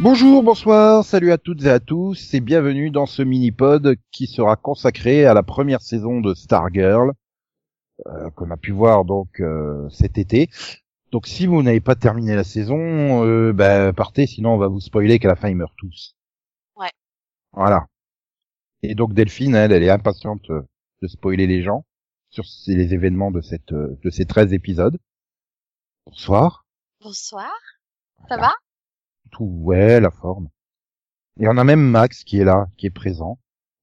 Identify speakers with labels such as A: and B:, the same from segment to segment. A: Bonjour, bonsoir, salut à toutes et à tous et bienvenue dans ce mini-pod qui sera consacré à la première saison de Stargirl euh, qu'on a pu voir donc euh, cet été. Donc si vous n'avez pas terminé la saison, euh, ben, partez, sinon on va vous spoiler qu'à la fin ils meurent tous.
B: Ouais.
A: Voilà. Et donc Delphine, elle, elle est impatiente euh, de spoiler les gens sur ces- les événements de, cette, euh, de ces 13 épisodes. Bonsoir.
B: Bonsoir. Ça
A: Voilà.
B: va
A: Tout ouais, la forme. Et on a même Max qui est là, qui est présent.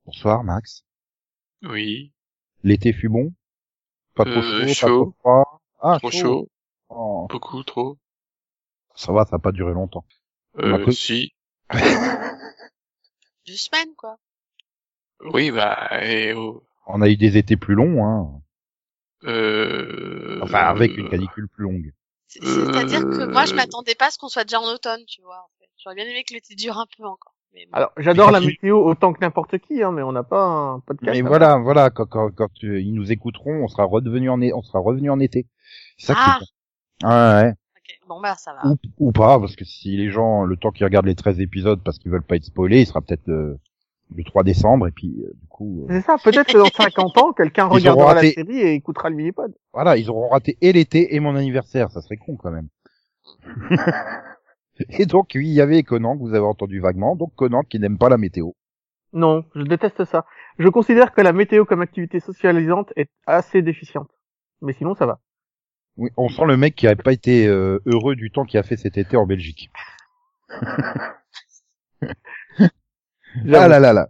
A: Bonsoir Max.
C: Oui,
A: L'été fut bon Pas trop
C: Euh,
A: chaud, pas
C: chaud.
A: trop froid. Ah,
C: trop chaud,
A: Oh,
C: beaucoup trop.
A: ça va, ça n'a pas duré longtemps.
C: Euh,
A: Marco
C: si,
B: Deux semaines, quoi.
C: oui, bah, et, oh,
A: On a eu des étés plus longs, hein.
C: euh,
A: Enfin, avec une
C: euh,
A: canicule plus longue.
B: C'est- C'est-à-dire que moi, je
C: Euh.
B: m'attendais pas à ce qu'on soit déjà en automne, tu vois. en fait. J'aurais bien aimé que l'été dure un peu encore. Mais bon.
A: Ah.
D: Alors, j'adore la
A: Tranquille.
D: météo autant que n'importe qui, hein, mais on n'a pas un podcast.
A: Mais
D: hein.
A: voilà, voilà, quand, quand, quand, euh, ils nous écouteront, on sera revenu en, é- on sera revenu en été. C'est ça qui
B: Ah.
A: est bon. Ouais, ouais.
B: Ok. Bon, bah, ça va.
A: Ou, ou pas, parce que si les gens, le temps qu'ils regardent les 13 épisodes parce qu'ils veulent pas être spoilés, il sera peut-être euh, le 3 décembre, et puis euh, du coup, euh,
D: C'est ça, peut-être que dans 50 ans, quelqu'un
A: Ils auront
D: regardera la
A: raté.
D: série et écoutera le mini-pod.
A: voilà, ils auront raté et l'été et mon anniversaire, ça serait con quand même. et donc, oui, il y avait Conan, que vous avez entendu vaguement, donc Conan qui n'aime pas la météo.
D: Non, je déteste ça. Je considère que la météo comme activité socialisante est assez déficiente. Mais sinon, ça va.
A: Oui, on sent le mec qui n'a pas été euh, heureux du temps qu'il a fait cet été en Belgique. Ah là là là.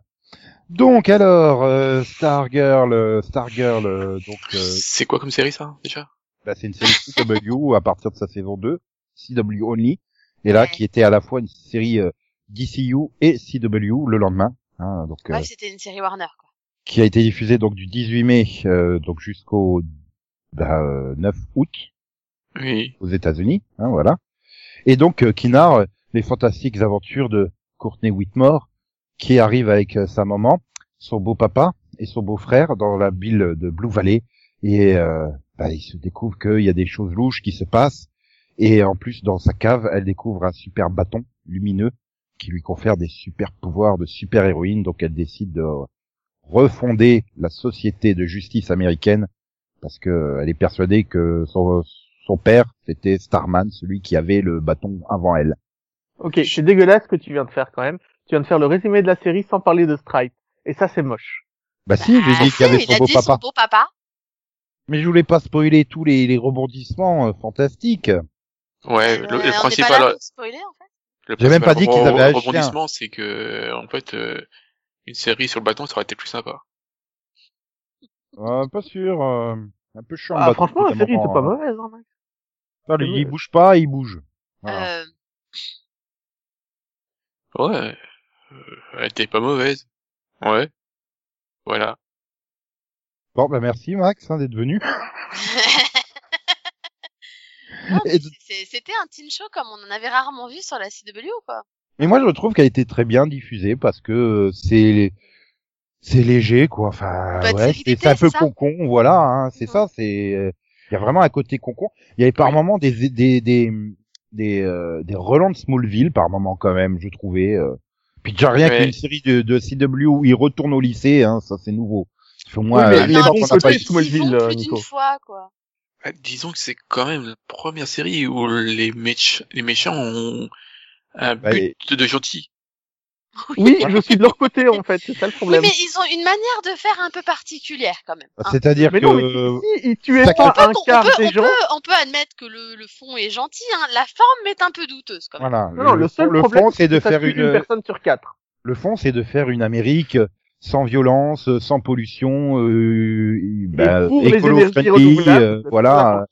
A: Donc alors, euh, Stargirl, euh, Stargirl, euh, donc euh,
C: c'est quoi comme série ça déjà
A: bah, c'est une série CW à partir de sa saison 2, CW Only, et là
B: Ouais.
A: qui était à la fois une série euh, DCU et CW le lendemain, hein, donc euh,
B: Bref, c'était une série Warner, quoi.
A: qui a été diffusée donc du 18 mai euh, donc jusqu'au bah, euh, 9 août
C: Oui,
A: aux États-Unis, hein, voilà. Et donc euh, qui narre euh, les fantastiques aventures de Courtney Whitmore, qui arrive avec euh, sa maman, son beau papa et son beau frère dans la ville de Blue Valley, et euh, bah, il se découvre qu'il y a des choses louches qui se passent. Et en plus, dans sa cave, elle découvre un super bâton lumineux qui lui confère des super pouvoirs de super héroïne. Donc, elle décide de refonder la société de justice américaine parce que euh, elle est persuadée que son, son père, c'était Starman, celui qui avait le bâton avant elle.
D: Ok, c'est dégueulasse ce que tu viens de faire quand même. Tu viens de faire le résumé de la série sans parler de Stripe. Et ça, c'est moche.
A: Bah si, j'ai dit
B: si,
A: qu'il y avait
B: il
A: son
B: a
A: beau
B: dit son
A: papa.
B: beau papa.
A: Mais je voulais pas spoiler tous les, les rebondissements euh, fantastiques.
C: ouais,
B: Euh,
C: le, le
B: on est
C: principal,
B: pas là
C: le,
B: pour spoiler, en fait.
A: J'ai même
C: principal
A: pas dit qu'ils
C: re-
A: avaient un chien.
C: rebondissement, c'est que en fait, euh, une série sur le bâton, ça aurait été plus sympa.
A: Euh, pas sûr, euh, un peu chiant. le
D: Ah,
A: bâton,
D: franchement, la
A: notamment
D: série était
A: quand-
D: pas mauvaise. Hein, mec.
A: Non, lui, il bouge pas, il bouge. Voilà.
B: Euh,
C: Ouais, euh, elle était pas mauvaise. Ouais, voilà.
A: Bon, bah merci Max hein, d'être venu.
B: non, mais
A: Et de-
B: c'est- C'était un teen show comme on en avait rarement vu sur la CW, quoi.
A: Mais moi, je trouve qu'elle a été très bien diffusée parce que euh, c'est c'est léger, quoi. Enfin,
D: Bah,
B: Pas de
A: ouais,
B: série
A: c'est
B: d'été,
A: c'est un peu
B: c'est ça
A: concon, voilà. Hein, c'est
B: Mhm.
A: ça. C'est il y a vraiment un côté concon. Il y avait par moments des des des des, euh, des relents de Smallville par moment quand même, je trouvais. euh. Puis déjà rien
C: Ouais.
A: qu'une série de, de CW où ils retournent au lycée, hein, ça c'est nouveau. Au moins,
D: Oui, mais
A: euh,
D: les
A: ça,
D: bons
A: on n'a
D: côtés
A: pas
D: sont-
A: eu.
D: Smallville,
B: Ils y vont
D: euh,
B: plus
D: Nico.
B: d'une fois, quoi.
C: Bah, disons que c'est quand même la première série où les, méch- les méchants ont un
A: Bah,
C: but de gentil.
D: Oui, je suis de leur côté, en fait. C'est ça le
B: Oui,
D: problème.
B: mais ils ont une manière de faire un peu particulière, quand
A: Ah,
B: même. hein.
A: C'est-à-dire
D: Mais
A: que
D: non, mais si ils tuaient
A: ça-
D: pas
B: on
D: un
B: peut, on
D: quart
B: peut-
D: des
B: on
D: gens...
B: peut- on peut admettre que le, le fond est gentil, hein. la forme est un peu douteuse quand même.
A: voilà,
D: Non, non, le seul
A: le
D: problème,
A: fond, c'est de
D: ça
A: faire
D: tue
A: une
D: personne sur quatre.
A: le fond, c'est de faire une Amérique euh, sans violence, euh, sans pollution, euh, bah,
D: Et pour les énergies
A: écolo-friendly,
D: renouvelables,
A: euh,
D: c'est
A: voilà.
D: important.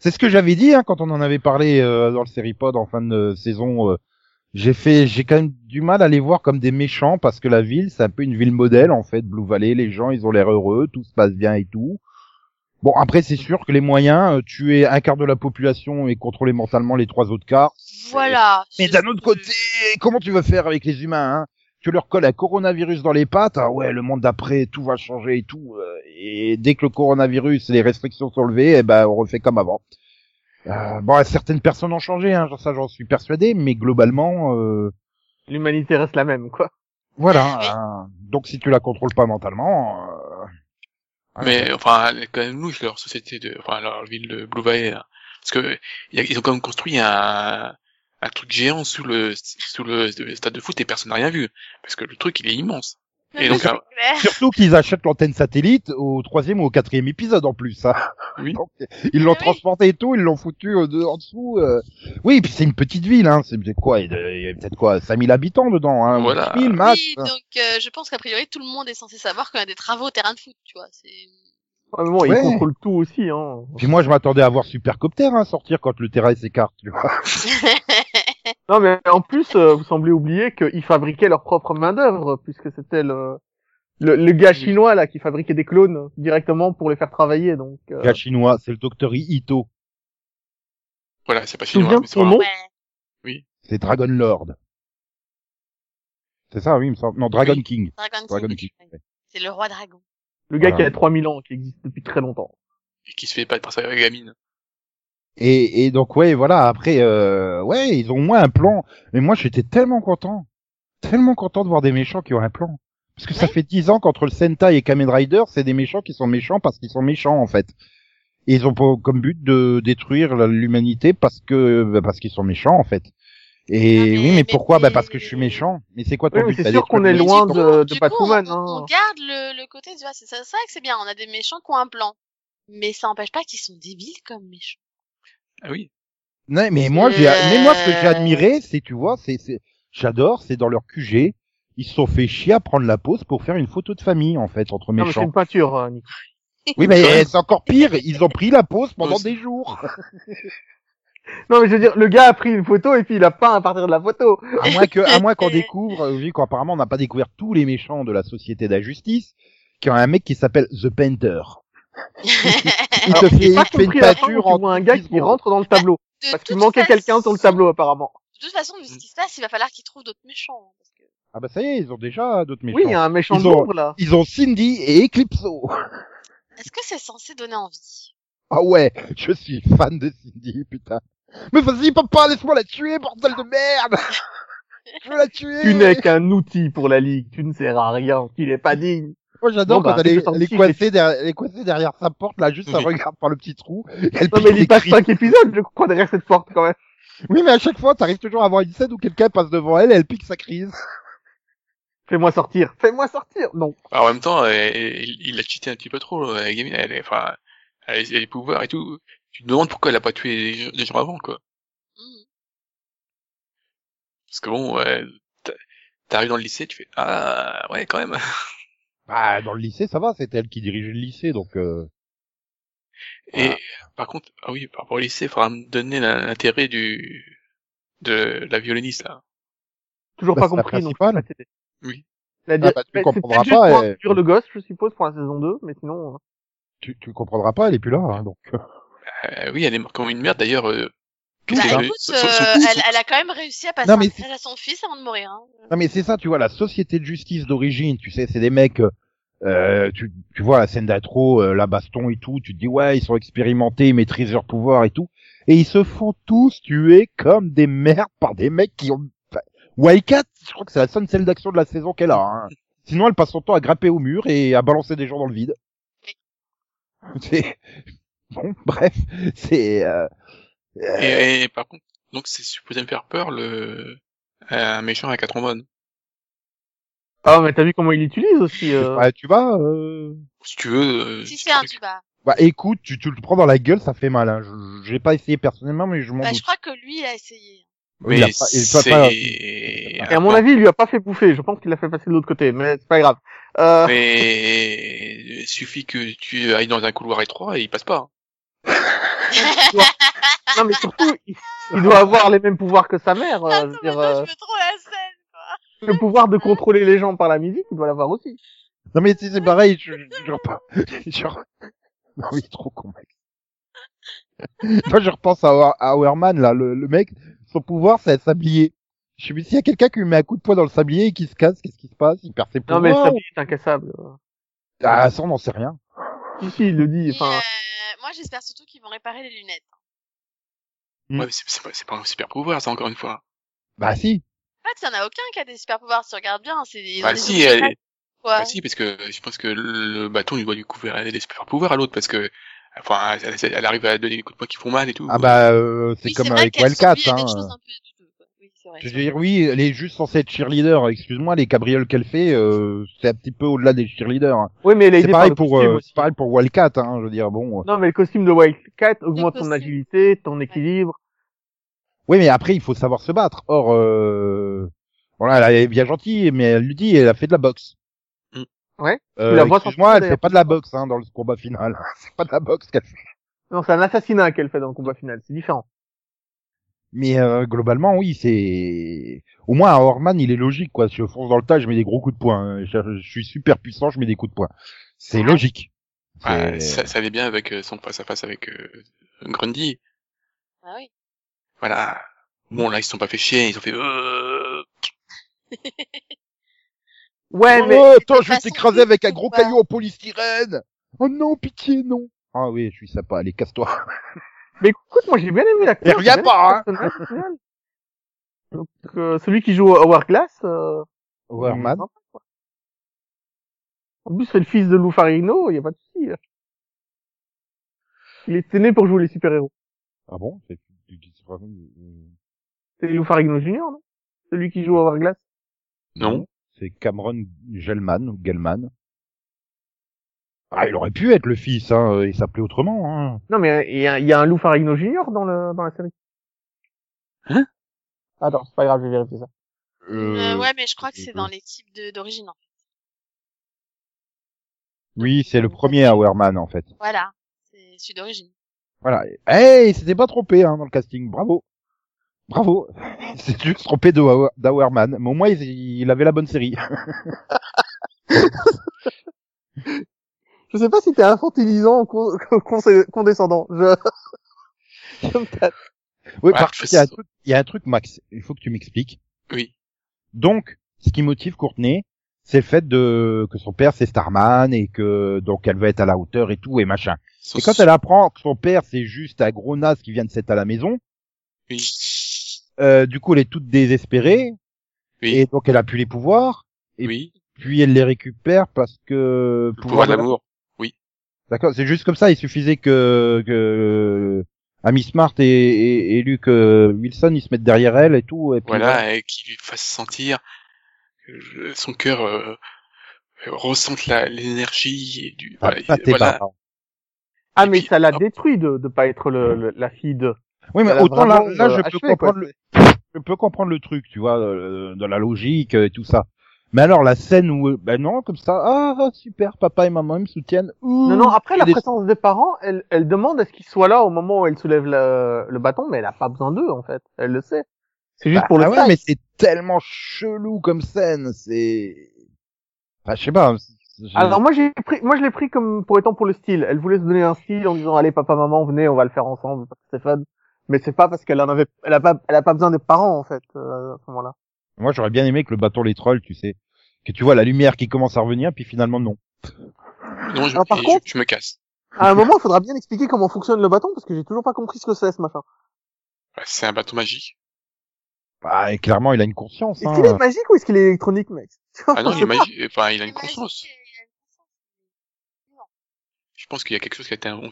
A: C'est ce que j'avais dit hein, quand on en avait parlé euh, dans le Seripod en fin de saison. euh, j'ai fait, j'ai quand même du mal à les voir comme des méchants parce que la ville, c'est un peu une ville modèle en fait. Blue Valley, les gens, ils ont l'air heureux, tout se passe bien et tout. Bon, après, c'est sûr que les moyens, euh, tuer un quart de la population et contrôler mentalement les trois autres quarts,
B: Voilà.
A: mais
B: Je-
A: d'un autre côté, comment tu veux faire avec les humains hein Tu leur colles un coronavirus dans les pattes, ah ouais, le monde d'après, tout va changer et tout. euh, et dès que le coronavirus et les restrictions sont levées, eh ben on refait comme avant. Euh, bon, certaines personnes ont changé, hein, ça j'en suis persuadé, mais globalement, euh,
D: L'humanité reste la même, quoi.
A: Voilà. euh, donc si tu la contrôles pas mentalement, euh, voilà.
C: Mais enfin, elle est quand même louche leur société de, enfin leur ville de Blue Valley. là. Parce que y a- ils ont quand même construit un, un truc géant sous le sous le, le stade de foot et personne n'a rien vu. Parce que le truc il est immense. Et donc,
B: c'est
C: euh,
B: clair.
A: surtout qu'ils achètent l'antenne satellite au troisième ou au quatrième épisode en plus. hein.
C: Oui.
A: Donc, ils l'ont
B: Ah oui.
A: transporté et tout, ils l'ont foutu euh, de- en dessous. euh. Oui, et puis c'est une petite ville, hein. C'est peut-être quoi, il y a- il y a peut-être quoi, 5000 habitants dedans, hein. ou
C: Voilà.
A: 10 000 max.
B: Oui, donc euh, je pense qu'a priori tout le monde est censé savoir qu'on a des travaux au terrain de foot, tu vois. C'est
D: Ouais, mais bon,
A: Ouais.
D: ils contrôlent tout aussi, hein.
A: Puis moi, je m'attendais à voir Supercopter hein, sortir quand le terrain s'écarte, tu vois.
D: Non, mais en plus, euh, vous semblez oublier qu'ils fabriquaient leur propre main-d'œuvre, puisque c'était le, le, le gars chinois, là, qui fabriquait des clones directement pour les faire travailler, donc, euh,
A: Le gars chinois, c'est le docteur Ito,
C: voilà, c'est pas
D: te souviens
C: chinois.
D: de
C: mais c'est
D: son
C: pas-
D: nom
B: ouais.
A: c'est Dragon Lord. C'est ça, oui, il me semble. Non, Dragon
C: Oui.
A: King.
B: Dragon,
A: Dragon
B: King.
A: King.
B: C'est le roi dragon.
D: le gars qui
A: Voilà.
D: a 3000 ans, qui existe depuis très longtemps.
C: et qui se fait pas passer avec la gamine.
A: Et, et donc ouais, voilà. Après, euh, ouais, ils ont au moins un plan. Mais moi, j'étais tellement content, tellement content de voir des méchants qui ont un plan. Parce que ça
B: Ouais.
A: fait dix ans qu'entre le Sentai et Kamen Rider, c'est des méchants qui sont méchants parce qu'ils sont méchants en fait. Et ils ont pour- comme but de détruire la- l'humanité parce que bah, parce qu'ils sont méchants en fait. Et
B: Non, mais-
A: oui, mais,
B: mais
A: pourquoi Bah
B: c'est-
A: parce que je suis méchant. Mais c'est quoi ton
D: Oui, mais
A: but
D: c'est
A: Bah,
D: sûr
A: détruire
D: qu'on est
A: l'humanité.
D: loin
A: Pourquoi
D: de- de
B: du
D: Batwoman,
B: on, on
D: hein.
B: garde le, le côté, tu vois, c'est ça, c'est vrai que c'est bien. On a des méchants qui ont un plan, mais ça n'empêche pas qu'ils sont débiles comme méchants.
C: Ah oui.
A: Non, mais moi, j'ai,
B: Euh.
A: mais moi, ce que j'ai admiré, c'est, tu vois, c'est, c'est, j'adore, c'est dans leur QG, ils se sont fait chier à prendre la pause pour faire une photo de famille, en fait, entre
D: Non, mais c'est
A: méchants.
D: une peinture, euh, Nico.
A: oui, mais
C: Ouais.
A: c'est encore pire, ils ont pris la pause pendant
C: Pause.
A: des jours.
D: Non, mais je veux dire, le gars a pris une photo et puis il a peint à partir de la photo.
A: À moins que, à moins qu'on découvre, euh, vu qu'apparemment, on n'a pas découvert tous les méchants de la société de la justice, qu'il y a un mec qui s'appelle The Painter. Il te fait,
D: J'ai pas
A: il te fait une
D: compris la fin où
A: peinture
D: tu
A: en
D: vois un gars
A: 10
D: qui
A: secondes.
D: rentre dans le tableau.
B: De
D: Parce qu'il
B: toute
D: manquait quelqu'un
B: façon-
D: sur le tableau, apparemment.
B: De toute façon, vu ce qui se passe, il va falloir qu'ils trouvent d'autres méchants. hein, parce que-
A: Ah bah, ça y est, ils ont déjà d'autres méchants.
D: Oui, hein. il y a un méchant
A: Ils ont-
D: d'ombre, là.
A: Ils ont Cindy et Eclipso.
B: Est-ce que c'est censé donner envie
A: Ah ouais, je suis fan de Cindy, putain. Mais vas-y, papa, laisse-moi la tuer, bordel de merde Je veux la tuer
D: Tu n'es qu'un outil pour la ligue, tu ne sers à rien, tu n'es pas digne.
A: Moi, j'adore
D: Bon, bah,
A: quand elle est,
D: c'est
A: elle est
D: sorti,
A: coincée derrière, elle est coincée derrière sa porte, là, juste, elle
C: Oui.
A: regarde par le petit trou, et elle
D: Non
A: pique
D: mais il
A: des
D: y passe
A: cris.
D: cinq épisodes, je crois, derrière cette porte quand même.
A: Oui, mais à chaque fois, t'arrives toujours à avoir une scène où quelqu'un passe devant elle et elle pique sa crise.
D: Fais-moi sortir, fais-moi sortir. Non.
C: Alors, en même temps, euh, il il l'a cheaté un petit peu trop. La gamine, elle est, enfin, elle a les pouvoirs et tout. Tu te demandes pourquoi elle a pas tué les gens- les gens avant, quoi.
B: Mhm.
C: Parce que bon, ouais, t'a- t'arrives dans le lycée, tu fais ah ouais quand même.
A: Bah, dans le lycée, ça va, c'était elle qui dirigeait le lycée, donc, euh...
C: Et par contre, ah oui, par rapport au lycée, il faudra me donner la- l'intérêt du de la violoniste là.
D: Toujours
A: Bah,
D: pas
A: c'est la
D: compris, donc.
A: principale.
D: je peux pas t'aider.
C: Oui.
D: La
A: Ah bah, tu
D: mais c'est
A: comprendras
D: peut-être juste
A: pas,
D: pour
A: et-
D: introduire le gosse, je suppose, pour la saison 2, mais sinon... euh,
A: tu, tu comprendras pas, elle est plus là, hein, donc.
C: Euh, oui, elle est morte comme une merde d'ailleurs. euh,
A: Bah,
C: qu'est-ce
B: Bah,
C: que-
B: écoute,
C: son-
B: euh,
C: son- son-
B: elle, elle a quand même réussi à passer
A: Non,
B: un
A: mais
B: message à son fils avant de mourir. Hein.
A: Non mais c'est ça, tu vois, la société de justice d'origine, tu sais, c'est des mecs, euh, tu, tu vois la scène d'intro, euh, la baston et tout, tu te dis ouais, ils sont expérimentés, ils maîtrisent leur pouvoir et tout, et ils se font tous tuer comme des merdes par des mecs qui ont... Enfin, Wildcat, je crois que c'est la seule scène d'action de la saison qu'elle a. hein. Sinon, elle passe son temps à grapper au mur et à balancer des gens dans le vide. C'est- Bon, bref, c'est... euh, euh,
C: Et, et par contre, donc c'est supposé me faire peur le euh, un méchant avec un trombone.
D: Ah, mais t'as vu comment il l'utilise aussi euh...
A: bah, tu vas... euh,
C: Si tu veux. euh,
B: Si
C: ce
B: c'est un
C: truc-
B: tuba.
A: Bah écoute, tu, tu le prends dans la gueule, ça fait mal. Hein. Je- J'ai pas essayé personnellement, mais je m'en
B: Bah,
A: doute.
B: je crois que lui, il a essayé.
A: Oui, il a
C: Mais
A: pas- il peut pas-
C: c'est.
D: Et à mon avis, il lui a pas fait bouffer, je pense qu'il l'a fait passer de l'autre côté, mais c'est pas grave. Euh...
C: Mais il suffit que tu ailles dans un couloir étroit et il passe pas.
D: Non, mais surtout, il, il doit avoir les mêmes pouvoirs que sa mère. euh, je
B: Ah,
D: veux
B: Attends,
D: dire,
B: maintenant,
D: euh,
B: je veux trop la scène.
D: le pouvoir de contrôler les gens par la musique, il doit l'avoir aussi.
A: Non mais tu sais, c'est pareil, je, je, je repas- je rep- Non mais il est trop con mec. Moi je repense à, Hour- à Hourman là, le, le mec, son pouvoir c'est un sablier. Je me dis, s'il y a quelqu'un qui lui met un coup de poing dans le sablier et qui se casse, qu'est-ce qui se passe Il perd ses pouvoirs
D: Non, mais le
A: ou-
D: sablier est incassable.
A: Ah ça on n'en sait rien.
D: Si, si, il le dit,
B: Et,
D: enfin...
B: euh, moi, j'espère surtout qu'ils vont réparer les lunettes.
A: Mm.
C: Ouais, mais c'est c'est pas, c'est pas un super pouvoir, ça, encore une fois.
A: Bah si.
B: Pas fait, il y en a aucun qui a des super pouvoirs, si tu regardes bien. hein, C'est, ils ont
C: Bah
B: des
C: si, elle,
B: super- quoi.
C: bah si, parce que je pense que le bâton, il doit lui couvrir les super pouvoirs à l'autre, parce que, enfin, elle, elle arrive à donner des coups de poing qui font mal et tout.
A: Ah bah, euh, c'est
B: Oui,
A: comme
B: vrai
A: avec
B: qu'elles
A: Wildcat.
B: subissent
A: Hein.
B: des choses un peu douteuses, quoi. Oui, c'est vrai,
A: Je
B: c'est
A: veux dire, oui, elle est juste censée être cheerleader. Excuse-moi, les cabrioles qu'elle fait, euh, c'est un petit peu au-delà des cheerleaders. hein.
D: Oui, mais elle est
A: C'est
D: aidée
A: pareil
D: par
A: pour,
D: le costume
A: euh,
D: aussi.
A: c'est pareil pour Wildcat. Hein, je veux dire, bon. euh.
D: Non, mais le costume de Wildcat augmente ton
B: costume.
D: agilité, ton équilibre.
A: Oui, mais après, il faut savoir se battre. Or, euh, voilà, elle est bien gentille, mais elle lui dit, elle a fait de la boxe.
C: Mm.
D: Ouais. Tu
A: Euh,
D: la vois sans
A: excuse-moi, elle
D: d'ailleurs.
A: fait pas de la boxe hein, dans le combat final. c'est pas de la boxe qu'elle fait.
D: Non, c'est un assassinat qu'elle fait dans le combat final. C'est différent.
A: Mais euh, globalement, oui, c'est au moins un Horman, il est logique quoi. Si je fonce dans le tas, je mets des gros coups de poing. hein. Je, je suis super puissant, je mets des coups de poing. C'est
B: Ouais.
A: logique.
C: Ah,
A: C'est-
C: ça, ça allait bien avec euh, son face à face avec euh, Grundy.
B: Ah oui.
C: Voilà. Bon, là, ils se sont pas fait chier, ils ont fait, euh...
D: Ouais,
A: Oh,
D: mais
A: attends, je vais
B: Ah, façon,
A: t'écraser avec un
B: c'est
A: gros
B: pas-
A: caillou en polystyrène. Oh non, pitié, non. Ah oui, je suis sympa, allez, casse-toi.
D: Mais écoute, moi j'ai bien aimé l'acteur.
A: Il revient
D: j'ai bien
A: pas,
B: hein.
D: aimé le personnage, au final. Donc, euh, celui qui joue Hourglass. Euh,
A: Overman.
B: Mm.
D: il est sympa, quoi. En plus, c'est le fils de Lou Farino, il y a pas de souci. là. Il était né pour jouer les super-héros.
A: Ah bon c'est-
D: C'est Lou Farino Junior, non Celui qui joue Hourglass.
C: Non.
A: C'est Cameron Gelman, ou Gelman. Ah, il aurait pu être le fils, hein, euh, il s'appelait autrement. Hein.
D: Non, mais il y a, il y a un Lou Farino Junior dans, le, dans la série.
C: Hein
D: Attends, c'est pas grave, je vais vérifier ça.
B: Euh, ouais, mais je crois que
A: euh,
B: c'est dans l'équipe de- d'origine. hein. en fait.
A: Oui, c'est le premier Hourman, en fait.
B: Voilà. C'est celui d'origine.
A: Voilà. Eh, il s'était pas trompé hein, dans le casting, bravo. Bravo. C'est juste trompé de Hour- d'Hourman, mais au moins, il, il avait la bonne série.
D: Je sais pas si t'es infantilisant ou con- con- condescendant. Je... je me tâte.
A: Oui,
C: Ouais,
A: par
C: je
A: contre, il y, a un
C: sais.
A: truc- il y a un truc, Max, il faut que tu m'expliques.
C: oui.
A: Donc, ce qui motive Courtenay, c'est le fait de que son père c'est Starman et que donc elle veut être à la hauteur et tout et machin.
C: Son-
A: Et quand elle apprend que son père c'est juste un gros naze qui vient de s'être à la maison,
C: oui.
A: euh, du coup elle est toute désespérée
C: Oui.
A: et donc elle a plus les pouvoirs. et-
C: oui.
A: Puis elle les récupère parce que
C: Le pouvoir de l'amour.
A: D'accord, c'est juste comme ça. Il suffisait que que Amy Smart et, et, et Luke euh, Wilson ils se mettent derrière elle et tout. Et puis
C: Voilà, et qui lui fasse sentir que je- son cœur euh, ressente la- l'énergie et du
A: Ah,
C: voilà,
A: ça,
C: il-
A: t'es
C: voilà.
A: barbare.
D: Ah,
C: Et
D: mais
C: puis-
D: ça la
C: hop.
D: détruit de ne pas être le, le- la fille de...
A: Oui, mais
D: Elle a
A: autant là,
D: vraiment,
A: là,
D: euh,
A: je peux
D: achevé, quoi.
A: comprendre le, je peux comprendre le truc, tu vois, euh, dans la logique euh, et tout ça. Mais alors la scène où, euh, ben non, comme ça, ah super, papa et maman ils me soutiennent. Ouh,
D: Non, non, après
A: je
D: la
A: suis
D: présence des parents, elle, elle demande à ce qu'ils soient là au moment où elle soulève le, le bâton, mais elle a pas besoin d'eux, en fait. Elle le sait. C'est juste
A: Bah,
D: pour le
A: ah ouais,
D: style.
A: mais c'est tellement chelou comme scène, c'est, enfin, je sais pas. c'est- c'est-
D: Alors moi, j'ai pris, moi, je l'ai pris comme pour étant pour le style. Elle voulait se donner un style en disant, allez, papa, maman, venez, on va le faire ensemble, parce que c'est fun. Mais c'est pas parce qu'elle en avait, elle a pas, elle a pas besoin des parents, en fait, euh, à ce moment-là.
A: Moi, j'aurais bien aimé que le bâton les trolls, tu sais, que tu vois la lumière qui commence à revenir, puis finalement non.
C: Non, je,
D: Alors, par
C: et je-
D: contre-
C: je me casse.
D: À un moment, il faudra bien expliquer comment fonctionne le bâton, parce que j'ai toujours pas compris ce que c'est, ce machin.
C: Bah, C'est un bâton magique.
A: Bah, et clairement, il a une conscience.
D: Est-ce
A: Hein.
D: qu'il est magique ou est-ce qu'il est électronique, mec?
C: Ah non, il est magique. Enfin, il a une
B: Imagine-
C: conscience. Je pense qu'il y a quelque chose qui a été en-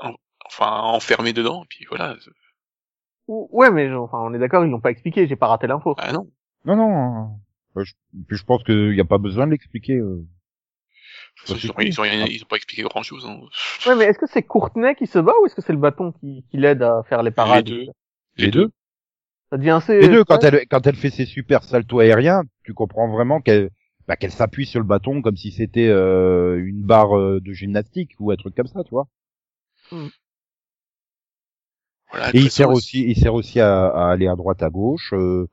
C: en- enfin enfermé dedans. Puis voilà.
D: Ou- Ouais, mais genre, enfin, on est d'accord, ils l'ont pas expliqué, j'ai pas raté l'info.
C: Ah non.
A: Non, non. euh, Je... Puis je pense qu'il n'y a pas besoin de l'expliquer. euh.
C: De toute façon,
A: Bah, c'est
C: Ils ont,
A: cool.
C: ils ont rien- ils ont pas expliqué grand chose. Hein.
D: Ouais, mais est-ce que c'est Courtenay qui se bat ou est-ce que c'est le bâton qui, qui l'aide à faire les
C: Les
D: parades
C: deux.
A: Les deux.
D: Ça devient assez...
A: Les deux, quand elle, quand elle fait ses super saltos aériens, tu comprends vraiment qu'elle bah, qu'elle s'appuie sur le bâton comme si c'était euh, une barre euh, de gymnastique ou un truc comme ça, tu vois.
C: Voilà,
A: Et
C: de
A: il
C: toute façon,
A: sert aussi, il sert aussi à, à aller à droite, à gauche, euh,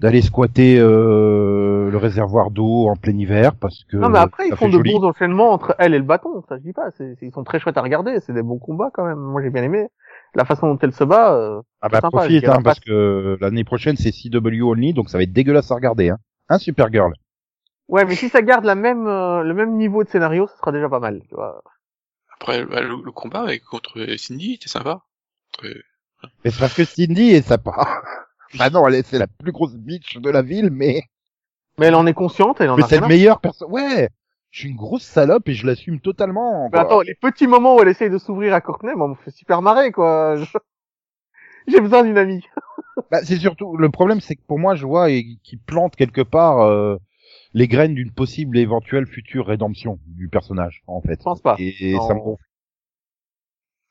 A: d'aller squatter euh, le réservoir d'eau en plein hiver parce que.
D: Non, Ah, mais après, ils
A: Euh, ça
D: font
A: fait
D: de
A: joli.
D: bons enchaînements entre elle et le bâton, ça je dis pas, c'est, c'est- ils sont très chouettes à regarder, c'est des bons combats quand même, moi j'ai bien aimé. La façon dont elle se bat, euh,
A: Ah bah
D: sympa,
A: profite
D: il y aura
A: hein, parce
D: pas-
A: que l'année prochaine c'est CW only donc ça va être dégueulasse à regarder hein. Hein Supergirl.
D: ouais, mais si ça garde la même, euh, le même niveau de scénario, ce sera déjà pas mal, tu vois.
C: Après, bah, le, le combat avec, contre Cindy, c'était sympa. Entre-
A: Mais c'est parce que Cindy est sympa. Bah non, elle est- c'est la plus grosse bitch de la ville, mais,
D: Mais elle en est consciente, elle en
A: mais
D: a
A: c'est
D: rien à
A: le meilleur personne. Ouais, je suis une grosse salope et je l'assume totalement.
D: Mais
A: quoi.
D: Bah, attends, les petits moments où elle essaye de s'ouvrir à Courtenay, moi, on me fait super marrer, quoi. Je- J'ai besoin d'une amie.
A: Bah, c'est surtout le problème, c'est que pour moi, je vois et- qu'il plante quelque part euh, les graines d'une possible et éventuelle future rédemption du personnage, en fait.
D: Je pense pas.
A: Et, et
D: Ah, Non.
A: ça me gonfle.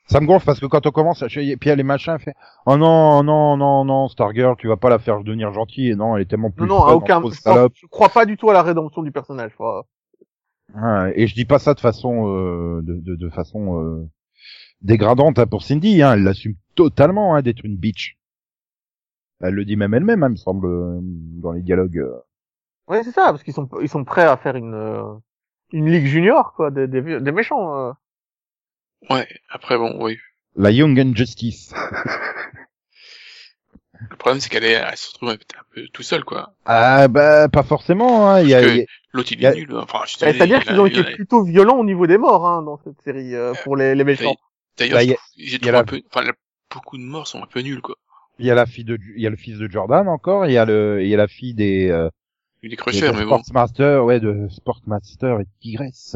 A: Ça me gonfle parce que quand on commence, à chier- puis elle les machins elle fait oh non non non non Stargirl, tu vas pas la faire devenir gentille et non, elle est tellement plus
D: Non, non, à
A: fun en
D: aucun.
A: fausse
D: Je, pense-
A: salope.
D: je crois pas du tout à la rédemption du personnage. quoi.
A: Hein, et je dis pas ça de façon euh, de, de, de façon euh, dégradante hein, pour Cindy, hein, elle l'assume totalement hein, d'être une bitch. Elle le dit même elle-même, hein, il me semble, euh, dans les dialogues. euh.
D: Ouais, c'est ça, parce qu'ils sont ils sont prêts à faire une euh, une ligue junior, quoi, des des, vieux- des méchants. euh.
C: Ouais, après bon, oui.
A: La Young and Justice.
C: Le problème c'est qu'elle est, elle se retrouve un peu- un peu tout seule quoi.
A: Ah bah pas forcément. Hein, il y a-
C: Parce
A: il y a-
C: L'autre il
A: Y a- Eh,
C: est nul. hein. Enfin, je suis
D: Et
C: désolé,
D: Bah, C'est-à-dire
C: il a-
D: qu'ils ont
C: il
D: été
C: a-
D: plutôt violents au niveau des morts hein, dans cette série euh, pour les, les méchants.
C: D'ailleurs,
A: Bah,
C: je
A: y a-
C: trouve- j'ai
A: y a
C: trouvé
A: la-
C: un peu, enfin, la- beaucoup de morts sont un peu nuls quoi.
A: il y a la fille de, il y a le fils de Jordan encore, il y a le, il y a la fille des, euh,
C: Il est
A: des
C: crusher, mais bon.
A: Sportmaster, ouais, de Sportmaster et Tigresse.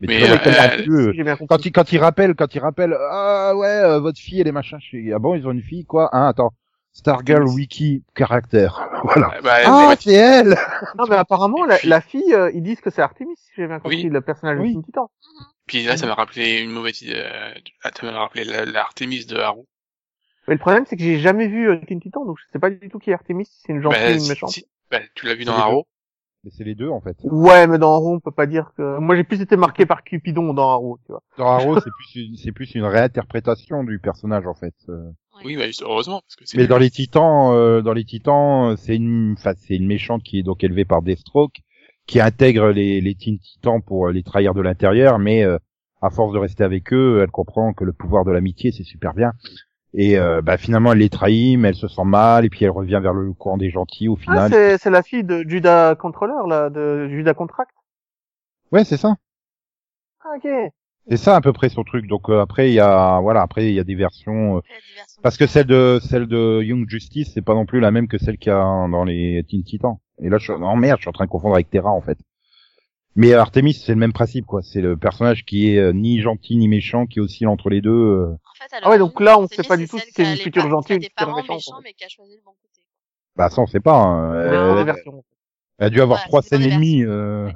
C: Mais,
A: tu vois,
C: euh,
A: mais comment
C: euh,
A: tu veux
D: Si j'ai bien compris.
A: quand il, quand il rappelle, quand il rappelle, ah ouais, euh, votre fille, elle est machin, je suis, ah bon, ils ont une fille, quoi, hein, attends. Stargirl Wiki caractère. Voilà.
C: Bah,
A: Ah,
C: ouais,
A: c'est elle!
D: Non, mais apparemment, la, la fille, euh, ils disent que c'est Artemis, si j'ai bien compris,
C: Oui.
D: le personnage
A: Oui.
D: de Teen Titan.
C: Puis là, ça m'a rappelé une mauvaise idée. euh, ah, ça m'a rappelé la- l'Artemis de Haru.
D: Mais le problème, c'est que j'ai jamais vu euh, Teen Titan, donc je sais pas du tout qui est Artemis, si c'est une gentille
C: Bah,
D: ou une
C: si-
D: méchante.
C: si- bah, tu l'as vu
A: C'est
C: dans
A: les
C: Haru.
A: Mais c'est les deux, en fait.
D: Ouais, mais dans Arrow, on peut pas dire que... Moi, j'ai plus été marqué par Cupidon dans Arrow, tu vois.
A: Dans Arrow, c'est plus une, c'est plus une réinterprétation du personnage, en fait. Euh,
C: Oui, bah, juste- heureusement, parce que c'est.
A: Mais dans les Titans, euh, dans les Titans, euh, c'est une, enfin, c'est une méchante qui est donc élevée par Deathstroke, qui intègre les, les Teen Titans pour euh, les trahir de l'intérieur, mais euh, à force de rester avec eux, elle comprend que le pouvoir de l'amitié, c'est super bien. Et euh, bah, finalement, elle les trahit, mais elle se sent mal, et puis elle revient vers le courant des gentils au
D: Ah,
A: final.
D: c'est c'est la fille de Judas Controller, là, de Judas Contract.
A: ouais, c'est ça.
D: Ah, ok.
A: C'est ça à peu près son truc. Donc euh, après, il y a, voilà, après il y a des versions. euh,
B: Après, la diversion.
A: Parce que celle de celle de Young Justice, c'est pas non plus la même que celle qu'il y a dans les Teen Titans. Et là, je suis en merde, je suis en train de confondre avec Terra en fait. Mais euh, Artemis, c'est le même principe quoi. C'est le personnage qui est euh, ni gentil ni méchant, qui oscille entre les deux. euh.
B: En fait, à
D: Ah ouais, donc
B: l'origine,
D: là, on
B: c'est
D: sait
B: mis,
D: pas du tout
B: celle
D: si c'est
B: qui a
D: une
B: les
D: future
B: par- qui a
D: gentille ou une
B: des
D: future
B: parents
D: méchante, en
B: méchants,
D: fait.
B: mais qui a choisi le bon côté.
A: Bah ça, on sait pas. hein.
D: Ouais,
A: Euh,
D: en
A: elle,
D: version.
A: a dû avoir
B: Ouais,
A: trois
B: Ah, c'est dans
A: scènes et
B: les
A: demie. euh,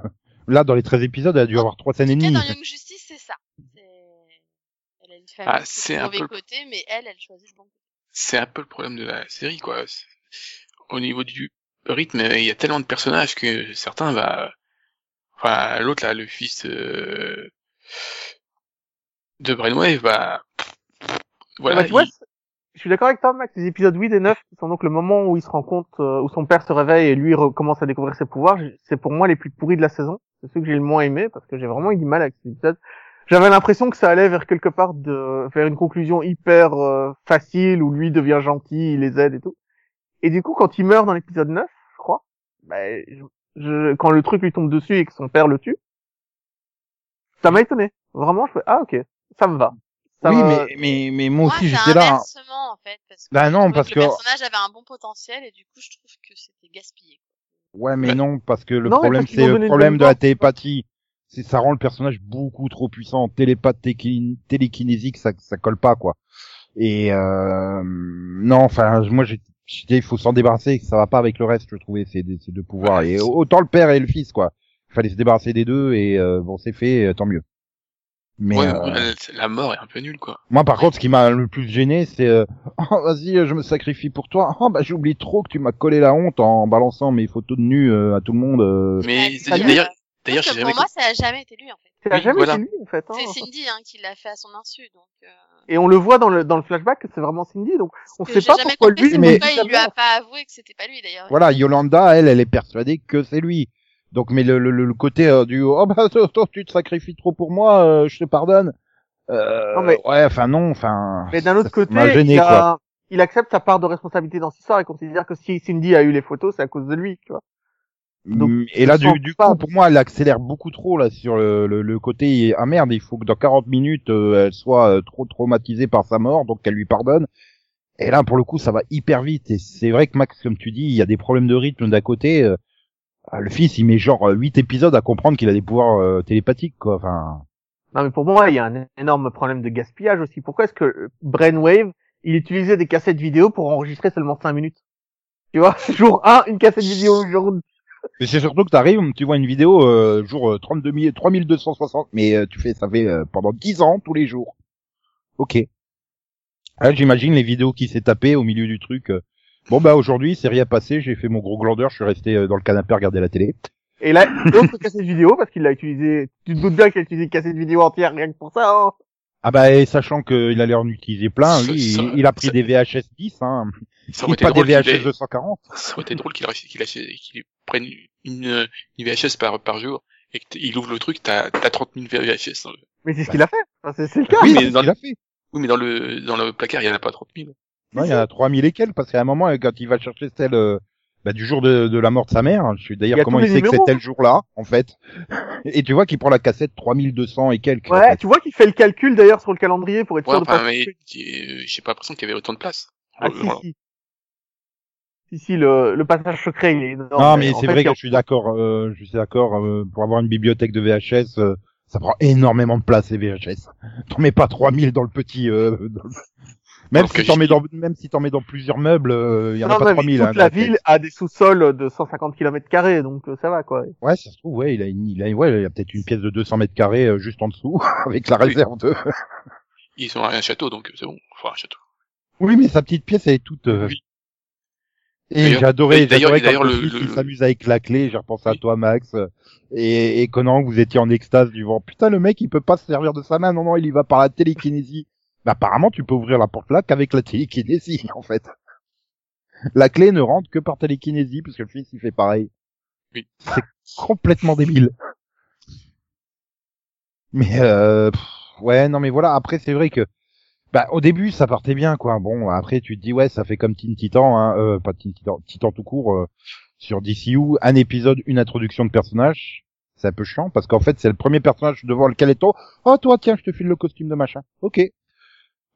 A: Là, dans les 13 épisodes, elle a dû
B: Non,
A: avoir trois scènes et
B: En tout cas,
A: demie.
B: dans Young Justice, c'est ça. C'est- Elle a une famille
C: Ah,
B: qui
C: c'est
B: est du
C: un
B: mauvais
C: peu-
B: côté, mais elle, elle choisit le bon côté.
C: c'est un peu le problème de la série, quoi. C'est- Au niveau du rythme, euh, il y a tellement de personnages que certains va, enfin, l'autre là, le fils euh, de Brainwave, bah, voilà,
D: Bah, tu vois,
C: il-
D: c'est- je suis d'accord avec toi, Max. Les épisodes 8 et 9, qui sont donc le moment où il se rend compte, euh, où son père se réveille et lui re- commence à découvrir ses pouvoirs, j'ai- c'est pour moi les plus pourris de la saison. C'est ceux que j'ai le moins aimé parce que j'ai vraiment eu du mal avec ces épisodes. J'avais l'impression que ça allait vers quelque part de vers une conclusion hyper euh, facile où lui devient gentil, il les aide et tout. Et du coup, quand il meurt dans l'épisode 9, je crois, bah, je- je- quand le truc lui tombe dessus et que son père le tue, ça m'a étonné. Vraiment, je fais ah ok, ça me va. Ça
A: oui,
D: me-
A: mais, mais mais moi aussi
B: Moi, c'est
A: j'étais là. hein.
B: inversement, en fait. Parce que
A: Bah non,
B: je trouvais
A: parce
B: le
A: que-
B: personnage avait un bon potentiel, et du coup, je trouve que c'était gaspillé.
A: Ouais, mais
C: Ouais.
A: non, parce que le
D: Non, mais
A: problème,
D: parce qu'ils
A: c'est
D: ont
A: le
D: donné une
A: problème
D: bonne
A: de la
D: force.
A: télépathie. C'est ça rend le personnage beaucoup trop puissant, télépathe, tékin- télékinésique, ça, ça colle pas quoi. Et euh, non, enfin, moi j'ai- j'étais, il faut s'en débarrasser, ça va pas avec le reste, je trouvais ces, deux- ces deux pouvoirs. Et autant le père et le fils quoi, il fallait se débarrasser des deux et euh, bon c'est fait, euh, tant mieux. Mais
C: ouais,
A: euh,
C: la- la mort est un peu nulle, quoi.
A: moi par contre, ce qui m'a le plus gêné, c'est euh, oh, vas-y, euh, je me sacrifie pour toi. Oh bah j'oublie trop que tu m'as collé la honte en balançant mes photos de nu euh, à tout le monde. euh,
C: Mais
B: Bah,
C: d'ailleurs, d'ailleurs,
B: euh,
C: d'ailleurs,
B: je
C: j'ai
B: trouve que
C: jamais
B: pour moi, ça a jamais été lui, en fait.
D: C'est la
C: Oui,
D: jamais
C: voilà.
D: été lui, en fait. hein.
B: C'est
A: Oh.
B: Cindy hein, qui l'a fait à son insu, donc. euh,
D: Et on le voit dans le, dans le flashback que c'est vraiment Cindy, donc on
B: que
D: sait
B: j'ai
D: pas
B: jamais
D: pourquoi
B: compris,
D: lui,
B: c'est
A: mais-
B: pourquoi il lui a pas avoué que c'était pas lui d'ailleurs.
A: voilà, Yolanda, elle, elle est persuadée que c'est lui. Donc, mais le, le, le le côté euh, du oh bah toi, toi, tu te sacrifies trop pour moi, euh, je te pardonne. Euh,
D: Non, mais-
A: Ouais, enfin non, enfin.
D: Mais d'un autre
A: ça m'a
D: côté,
A: gêné,
D: il, a-
A: quoi.
D: il accepte sa part de responsabilité dans cette histoire et considère que si Cindy a eu les photos, c'est à cause de lui, tu vois. donc,
A: Mm,
D: je
A: Et là,
D: sens
A: du, du
D: pas.
A: coup, pour moi, elle accélère beaucoup trop là sur le, le, le côté ah merde, il faut que dans 40 minutes euh, elle soit euh, trop traumatisée par sa mort, donc qu'elle lui pardonne. Et là, pour le coup, ça va hyper vite. Et c'est vrai que Max, comme tu dis, il y a des problèmes de rythme d'à côté. euh, le fils, il met genre euh, huit épisodes à comprendre qu'il a des pouvoirs euh, télépathiques, quoi. Enfin,
D: Non, mais pour moi, il y a un énorme problème de gaspillage aussi. Pourquoi est-ce que euh, Brainwave, il utilisait des cassettes vidéo pour enregistrer seulement 5 minutes Tu vois, jour 1, une cassette vidéo, jour
A: mais c'est surtout que t'arrives, tu vois une vidéo euh, jour euh, 32 000 3260, mais euh, tu fais ça fait euh, pendant 10 ans tous les jours. Ok. Là, j'imagine les vidéos qui s'est tapé au milieu du truc. euh, bon bah aujourd'hui, c'est rien passé. J'ai fait mon gros glandeur, je suis resté euh, dans le canapé à regarder la télé.
D: Et là, l'autre cassette vidéo, parce qu'il l'a utilisé, tu te doutes bien qu'il a utilisé une cassette vidéo entière rien que pour ça, hein.
A: Ah bah et sachant qu'il allait en utiliser plein,
C: Ça-
A: lui,
C: ça-
A: il, il a pris
C: ça-
A: des VHS 10, hein.
C: Ça
A: Il
C: aurait été
A: pas des
C: drôle qu'il
A: VHS
D: E
C: ait-
A: 240.
C: ça aurait été drôle qu'il réussisse- qu'il achète- qu'il prenne une, une VHS E par, par jour et qu'il ouvre le truc, t'as t'as 30 000 VHS. E dans le-
D: Mais
A: Bah,
D: c'est ce qu'il a fait. Enfin, c'est, c'est le cas.
C: Oui,
A: Oui,
C: mais
A: mais
C: dans-
A: il a fait.
C: Oui, mais dans le, dans le placard, il n'y en a pas 30 000.
A: Non, il y en a 3000 et quelques, parce qu'à un moment, euh, quand il va chercher celle euh, bah, du jour de, de la mort de sa mère, hein, je suis
D: Il y
A: d'ailleurs
D: a
A: comment
D: tous
A: il
D: les
A: sait que
D: numéros.
A: c'était le jour-là, en fait. Et tu vois qu'il prend la cassette 3200 et quelques. en
D: Ouais,
A: fait.
D: Bah, tu vois qu'il fait le calcul d'ailleurs sur le calendrier pour être
C: Ouais,
D: sûr de
C: enfin,
D: pas
C: mais euh, j'ai pas l'impression qu'il y avait autant de place.
D: Ah,
C: Euh,
D: si,
C: voilà.
D: si. Si, si, le, le passage secret, il est énorme.
A: non, mais
D: En
A: c'est
D: fait,
A: vrai
D: il y a-
A: que je suis d'accord, euh, je suis d'accord, euh, pour avoir une bibliothèque de VHS, euh, ça prend énormément de place, les VHS. T'en mets pas 3000 dans le petit, euh, dans le- Même
C: Alors
A: si
C: que
A: t'en
C: je-
A: mets dans, même si t'en mets dans plusieurs meubles, euh, il y en
D: Non,
A: a pas
D: mais
A: 3000.
D: Toute
A: hein,
D: la
A: de VHS.
D: ville a des sous-sols de 150 km carrés, donc euh, ça va, quoi.
A: Ouais, ça se trouve, ouais, il a, une, il a, ouais, il a peut-être une pièce de 200 mètres carrés euh, juste en dessous, avec la
C: Oui.
A: réserve de...
C: Ils ont un château, donc euh, c'est bon. Enfin, un château.
A: Oui, mais sa petite pièce, elle est toute. euh,
C: Oui.
A: Et
C: D'ailleurs-
A: j'adorais,
C: d'ailleurs-
A: j'adorais
C: d'ailleurs,
A: quand le
C: le-
A: fils il
C: le-
A: s'amuse avec la clé. J'ai repensé à
C: Oui.
A: toi, Max. Et, et Conan, vous étiez en extase du vent. Putain, le mec, il peut pas se servir de sa main. Non, non, il y va par la télékinésie. Mais apparemment, tu peux ouvrir la porte là qu'avec la télékinésie, en fait. La clé ne rentre que par télékinésie, puisque le fils, il fait pareil.
C: Oui.
A: C'est complètement débile. Mais euh, pff, ouais, non, mais voilà. Après, c'est vrai que bah, au début, ça partait bien, quoi. Bon, après, tu te dis, ouais, ça fait comme Teen Titan, hein, euh, pas Teen Titan, Titan tout court, euh, sur DCU, un épisode, une introduction de personnage. C'est un peu chiant, parce qu'en fait, c'est le premier personnage devant lequel est on. Oh, toi, tiens, je te file le costume de machin. Ok.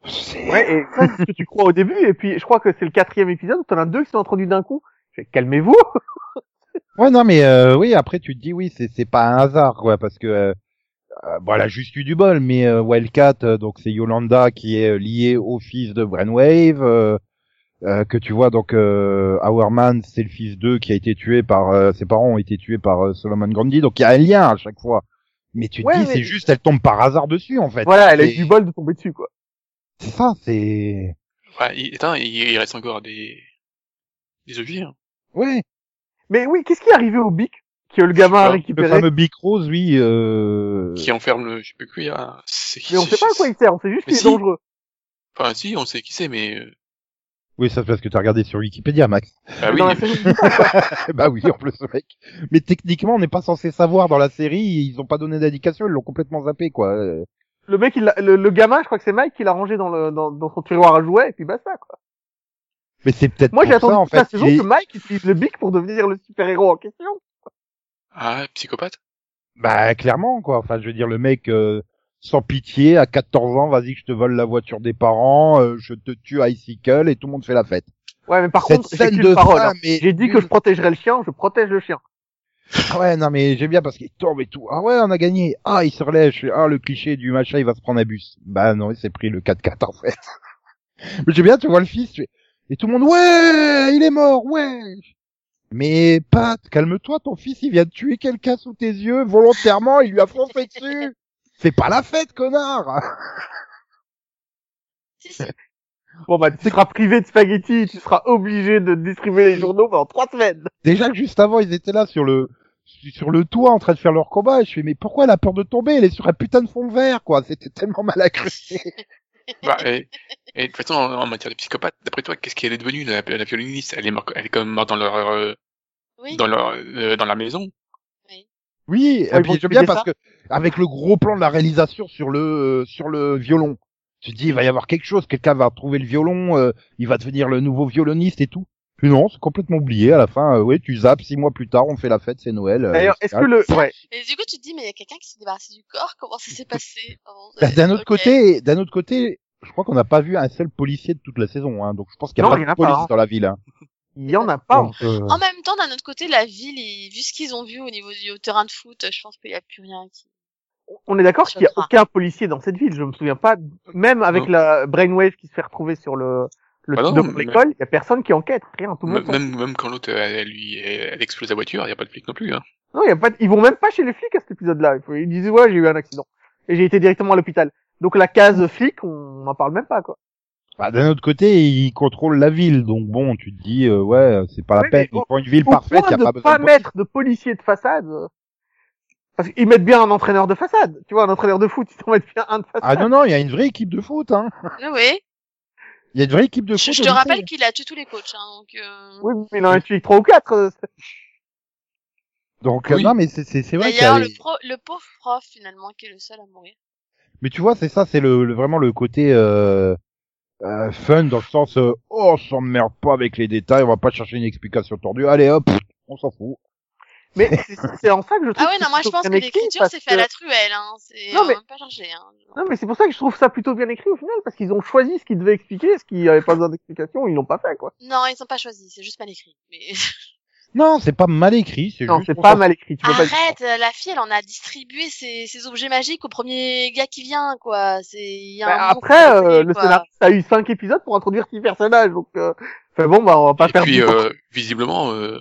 A: C'est-
D: Ouais, et ça, c'est ce que tu crois au début, et puis je crois que c'est le quatrième épisode où t'en as deux qui sont introduits d'un coup. Je fais, calmez-vous!
A: Ouais, non, mais euh, oui, après, tu te dis, oui, c'est, c'est pas un hasard, quoi, parce que, euh, euh, bon, elle a juste eu du bol, mais euh, Wildcat, euh, donc c'est Yolanda qui est euh, liée au fils de Brainwave, euh, euh, que tu vois, donc, euh, Hourman, c'est le fils d'eux qui a été tué par, euh, ses parents ont été tués par euh, Solomon Grundy, donc il y a un lien à chaque fois. Mais tu te
D: Ouais,
A: dis,
D: mais-
A: c'est juste, elle tombe par hasard dessus, en fait.
D: Voilà, elle a eu
A: Bah, C'est-
D: du bol de tomber dessus, quoi.
A: C'est ça, c'est...
C: Ouais, il, attends, il, il reste encore des, des objets. Hein.
A: Ouais.
D: Mais oui, qu'est-ce qui est arrivé au bic que le gamin
C: pas, le
D: a
A: Le
D: récupéré?
A: fameux Big Rose, oui, euh...
C: Qui enferme le, je sais plus qui, hein. C'est qui
D: Mais on sait pas à quoi il sert, on sait juste
C: Mais
D: qu'il est
C: si.
D: dangereux.
C: Enfin, si, on sait qui c'est, mais, euh,
A: Oui, ça c'est parce que t'as regardé sur Wikipédia, Max.
C: bah oui,
D: Dans la
C: mais-
D: série.
A: bah oui, en plus, mec. Mais techniquement, on n'est pas censé savoir dans la série. Ils ont pas donné d'indication. Ils l'ont complètement zappé, quoi. Euh,
D: Le mec, il l'a- le, le gamin, je crois que c'est Mike qui l'a rangé dans, le, dans, dans son tiroir à jouets, et puis basta, quoi.
A: Mais c'est peut-être
D: Moi,
A: pour
D: j'ai
A: ça,
D: attendu
A: en
D: toute la
A: fait.
D: saison
A: il est-
D: que Mike utilise le bic pour devenir le super-héros en question.
C: ah, psychopathe.
A: Bah, clairement, quoi. Enfin, je veux dire, le mec, euh, sans pitié, à 14 ans, vas-y, que je te vole la voiture des parents, euh, je te tue à Icicle et tout le monde fait la fête.
D: Ouais, mais par
A: Cette
D: contre, j'ai
A: scène
D: qu'une
A: de
D: parole.
A: fin,
D: hein.
A: mais...
D: J'ai dit que je protégerais le chien, je protège le chien.
A: Ah ouais, non, mais j'aime bien parce qu'il tombe et tout. Ah ouais, on a gagné. Ah, il se relève. Je fais, ah, le cliché du machin, il va se prendre un bus. Bah non, il s'est pris le 4x4 en fait. mais j'aime bien, tu vois le fils. tu fais- Et tout le monde, ouais, il est mort, ouais. Mais Pat, calme-toi, ton fils, il vient de tuer quelqu'un sous tes yeux, volontairement, il lui a foncé dessus. C'est pas la fête, connard.
B: Si, si.
D: Bon, bah, tu seras privé de spaghettis, tu seras obligé de distribuer les journaux pendant trois semaines.
A: Déjà que juste avant, ils étaient là sur le sur le toit en train de faire leur combat. Et je fais, mais pourquoi elle a peur de tomber Elle est sur un putain de fond vert, quoi. C'était tellement mal accroché.
C: Bah, et, et de toute façon, en, en matière de psychopathe, d'après toi, qu'est-ce qu'elle est devenue, la, la violoniste? Elle est morte, elle est quand même morte dans leur, euh,
B: Oui.
C: dans leur, euh, dans la maison.
A: Oui,
D: Ouais,
A: et
D: ils vont
A: puis j'aime bien
D: expliquer
A: parce que avec le gros plan de la réalisation sur le euh, sur le violon, tu te dis il va y avoir quelque chose, quelqu'un va trouver le violon, euh, il va devenir le nouveau violoniste et tout. Puis non, c'est complètement oublié. À la fin, euh, ouais, tu zappes six mois plus tard, on fait la fête, c'est Noël. euh,
D: D'ailleurs,
A: c'est
D: est-ce que le, ouais.
B: Et du coup, tu te dis, mais il y a quelqu'un qui s'est débarrassé du corps, comment ça s'est passé
A: Bah, d'un autre
B: Ok.
A: côté, d'un autre côté, je crois qu'on n'a pas vu un seul policier de toute la saison, hein, donc je pense qu'il n'y a
D: Non,
A: pas
D: il y en
A: de
D: a
A: police
D: pas, hein.
A: dans la ville. Hein.
D: Il y en a pas.
A: Donc, euh,
B: En même temps, d'un autre côté, la ville, ils- vu ce qu'ils ont vu au niveau du terrain de foot, je pense qu'il n'y a plus rien qui...
D: On est d'accord
B: Je
D: qu'il n'y a
B: crois.
D: aucun policier dans cette ville. Je me souviens pas, même avec
C: Non.
D: la brainwave qui se fait retrouver sur le le
C: Bah non,
D: devant
C: mais-
D: l'école, il y a personne qui enquête, rien, tout le monde.
C: Même, même, même quand l'autre, elle, elle lui, elle, elle explose la voiture, il n'y a pas de flic non plus. Hein.
D: Non, y a pas de- ils vont même pas chez les flics à cet épisode-là. Ils- Ils disent ouais, j'ai eu un accident et j'ai été directement à l'hôpital. Donc la case flic, on n'en parle même pas quoi.
A: bah, d'un autre côté, ils contrôlent la ville, donc bon, tu te dis, euh, ouais, c'est pas la
D: Oui,
A: peine.
D: mais bon,
A: Pour une ville
D: Au
A: parfaite, il
D: point
A: n'y a
D: de
A: pas
D: pas,
A: besoin de police.
D: mettre de policiers de façade. euh, Parce qu'ils mettent bien un entraîneur de façade. Tu vois, un entraîneur de foot, ils t'en mettent bien un de façade.
A: Ah non, non, il y a une vraie équipe de foot, hein.
B: Oui, oui.
A: Il y a une vraie équipe de
B: Je,
A: foot.
B: je
A: au
B: te
A: lycée.
B: rappelle qu'il a tué tous les coachs, hein, donc... euh,
D: Oui, mais il en a tué que trois ou quatre. euh, c'est-
A: Donc, euh,
C: Oui.
A: non, mais c'est, c'est, c'est vrai qu'il y a-
B: D'ailleurs, le, pro- le pauvre prof, finalement, qui est le seul à mourir.
A: Mais tu vois, c'est ça, c'est le, le- vraiment le côté euh, euh, fun dans le sens euh, oh, on s'emmerde pas avec les détails, on va pas chercher une explication tordue. Allez hop, on s'en fout.
D: Mais c'est c'est en ça que je trouve.
B: Ah ouais,
D: que
B: non,
D: c'est
B: moi je
D: plutôt
B: pense que
D: bien écrit,
B: l'écriture
D: parce
B: c'est fait à
D: que-
B: la truelle, hein. C'est
D: Non,
B: on
D: mais-
B: va pas chercher, hein.
D: Non, mais c'est pour ça que je trouve ça plutôt bien écrit au final, parce qu'ils ont choisi ce qu'ils devaient expliquer, ce qui avait pas besoin d'explication, ils l'ont pas fait quoi.
B: Non, ils sont pas choisis, c'est juste mal écrit. Mais...
A: Non, c'est pas mal écrit, c'est
D: Non,
A: juste.
D: c'est
A: qu'on
D: pas
A: s'en-
D: mal écrit. Tu peux pas dire.
B: Arrête, euh, la fille elle en a distribué ses, ses objets magiques au premier gars qui vient, quoi. C'est il y a un
D: Bah,
B: moment
D: après,
B: où faut
D: euh,
B: arrêter,
D: le
B: quoi.
D: scénariste a eu cinq épisodes pour introduire six personnages, donc. Euh... Enfin bon, bah on va pas
C: Et
D: faire
C: puis,
D: tout
C: euh, visiblement, euh,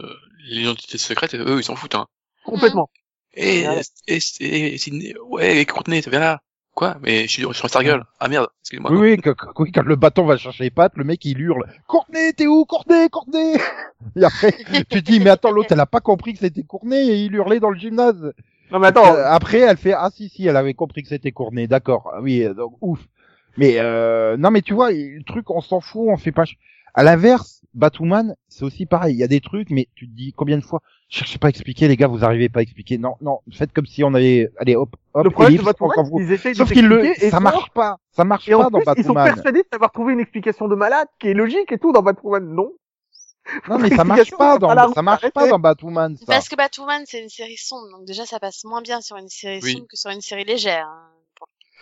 C: l'identité secrète, eux, ils s'en foutent. Hein. Eh,
D: complètement.
C: Et,
D: Ouais.
C: et, et, eh, Sidney- ouais, et Courtenay, viens là. Quoi Mais je suis, je suis en Stargirl. Ah merde, excuse-moi.
A: Oui, oui, que- que- oui, quand le bâton va chercher les pattes, le mec il hurle Courtenay, t'es où Courtenay, Courtenay Et après, tu te dis mais attends l'autre elle a pas compris que c'était Courtenay et il hurlait dans le gymnase.
D: Non mais attends,
A: Euh, après elle fait ah si si elle avait compris que c'était Courtenay, d'accord. Ah Oui, euh, donc ouf. Mais euh, non mais tu vois le truc on s'en fout, on fait pas. ch- À l'inverse, Batwoman c'est aussi pareil. Il y a des trucs mais tu te dis combien de fois cherchez pas à expliquer les gars, vous arrivez pas à expliquer. Non non, faites comme si on avait allez hop hop.
D: le problème de
A: ellipse, on s'en
D: Batwoman,
A: fout.
D: ils essayent de
A: Sauf qu'il le,
D: t'expliquer, et hein.
A: ça marche pas, ça marche
D: Et
A: pas
D: en
A: dans
D: plus, ils sont
A: Batwoman.
D: persuadés d'avoir trouvé une explication de malade qui est logique et tout dans Batwoman. Non.
A: Non mais ça marche
D: L'explication,
A: pas
D: c'est pas la
A: dans
D: route,
A: ça marche pas
D: arrêtez.
A: dans Batwoman ça.
B: Parce que Batwoman c'est une série sombre, donc déjà ça passe moins bien sur une série
C: Oui.
B: sombre que sur une série légère. hein.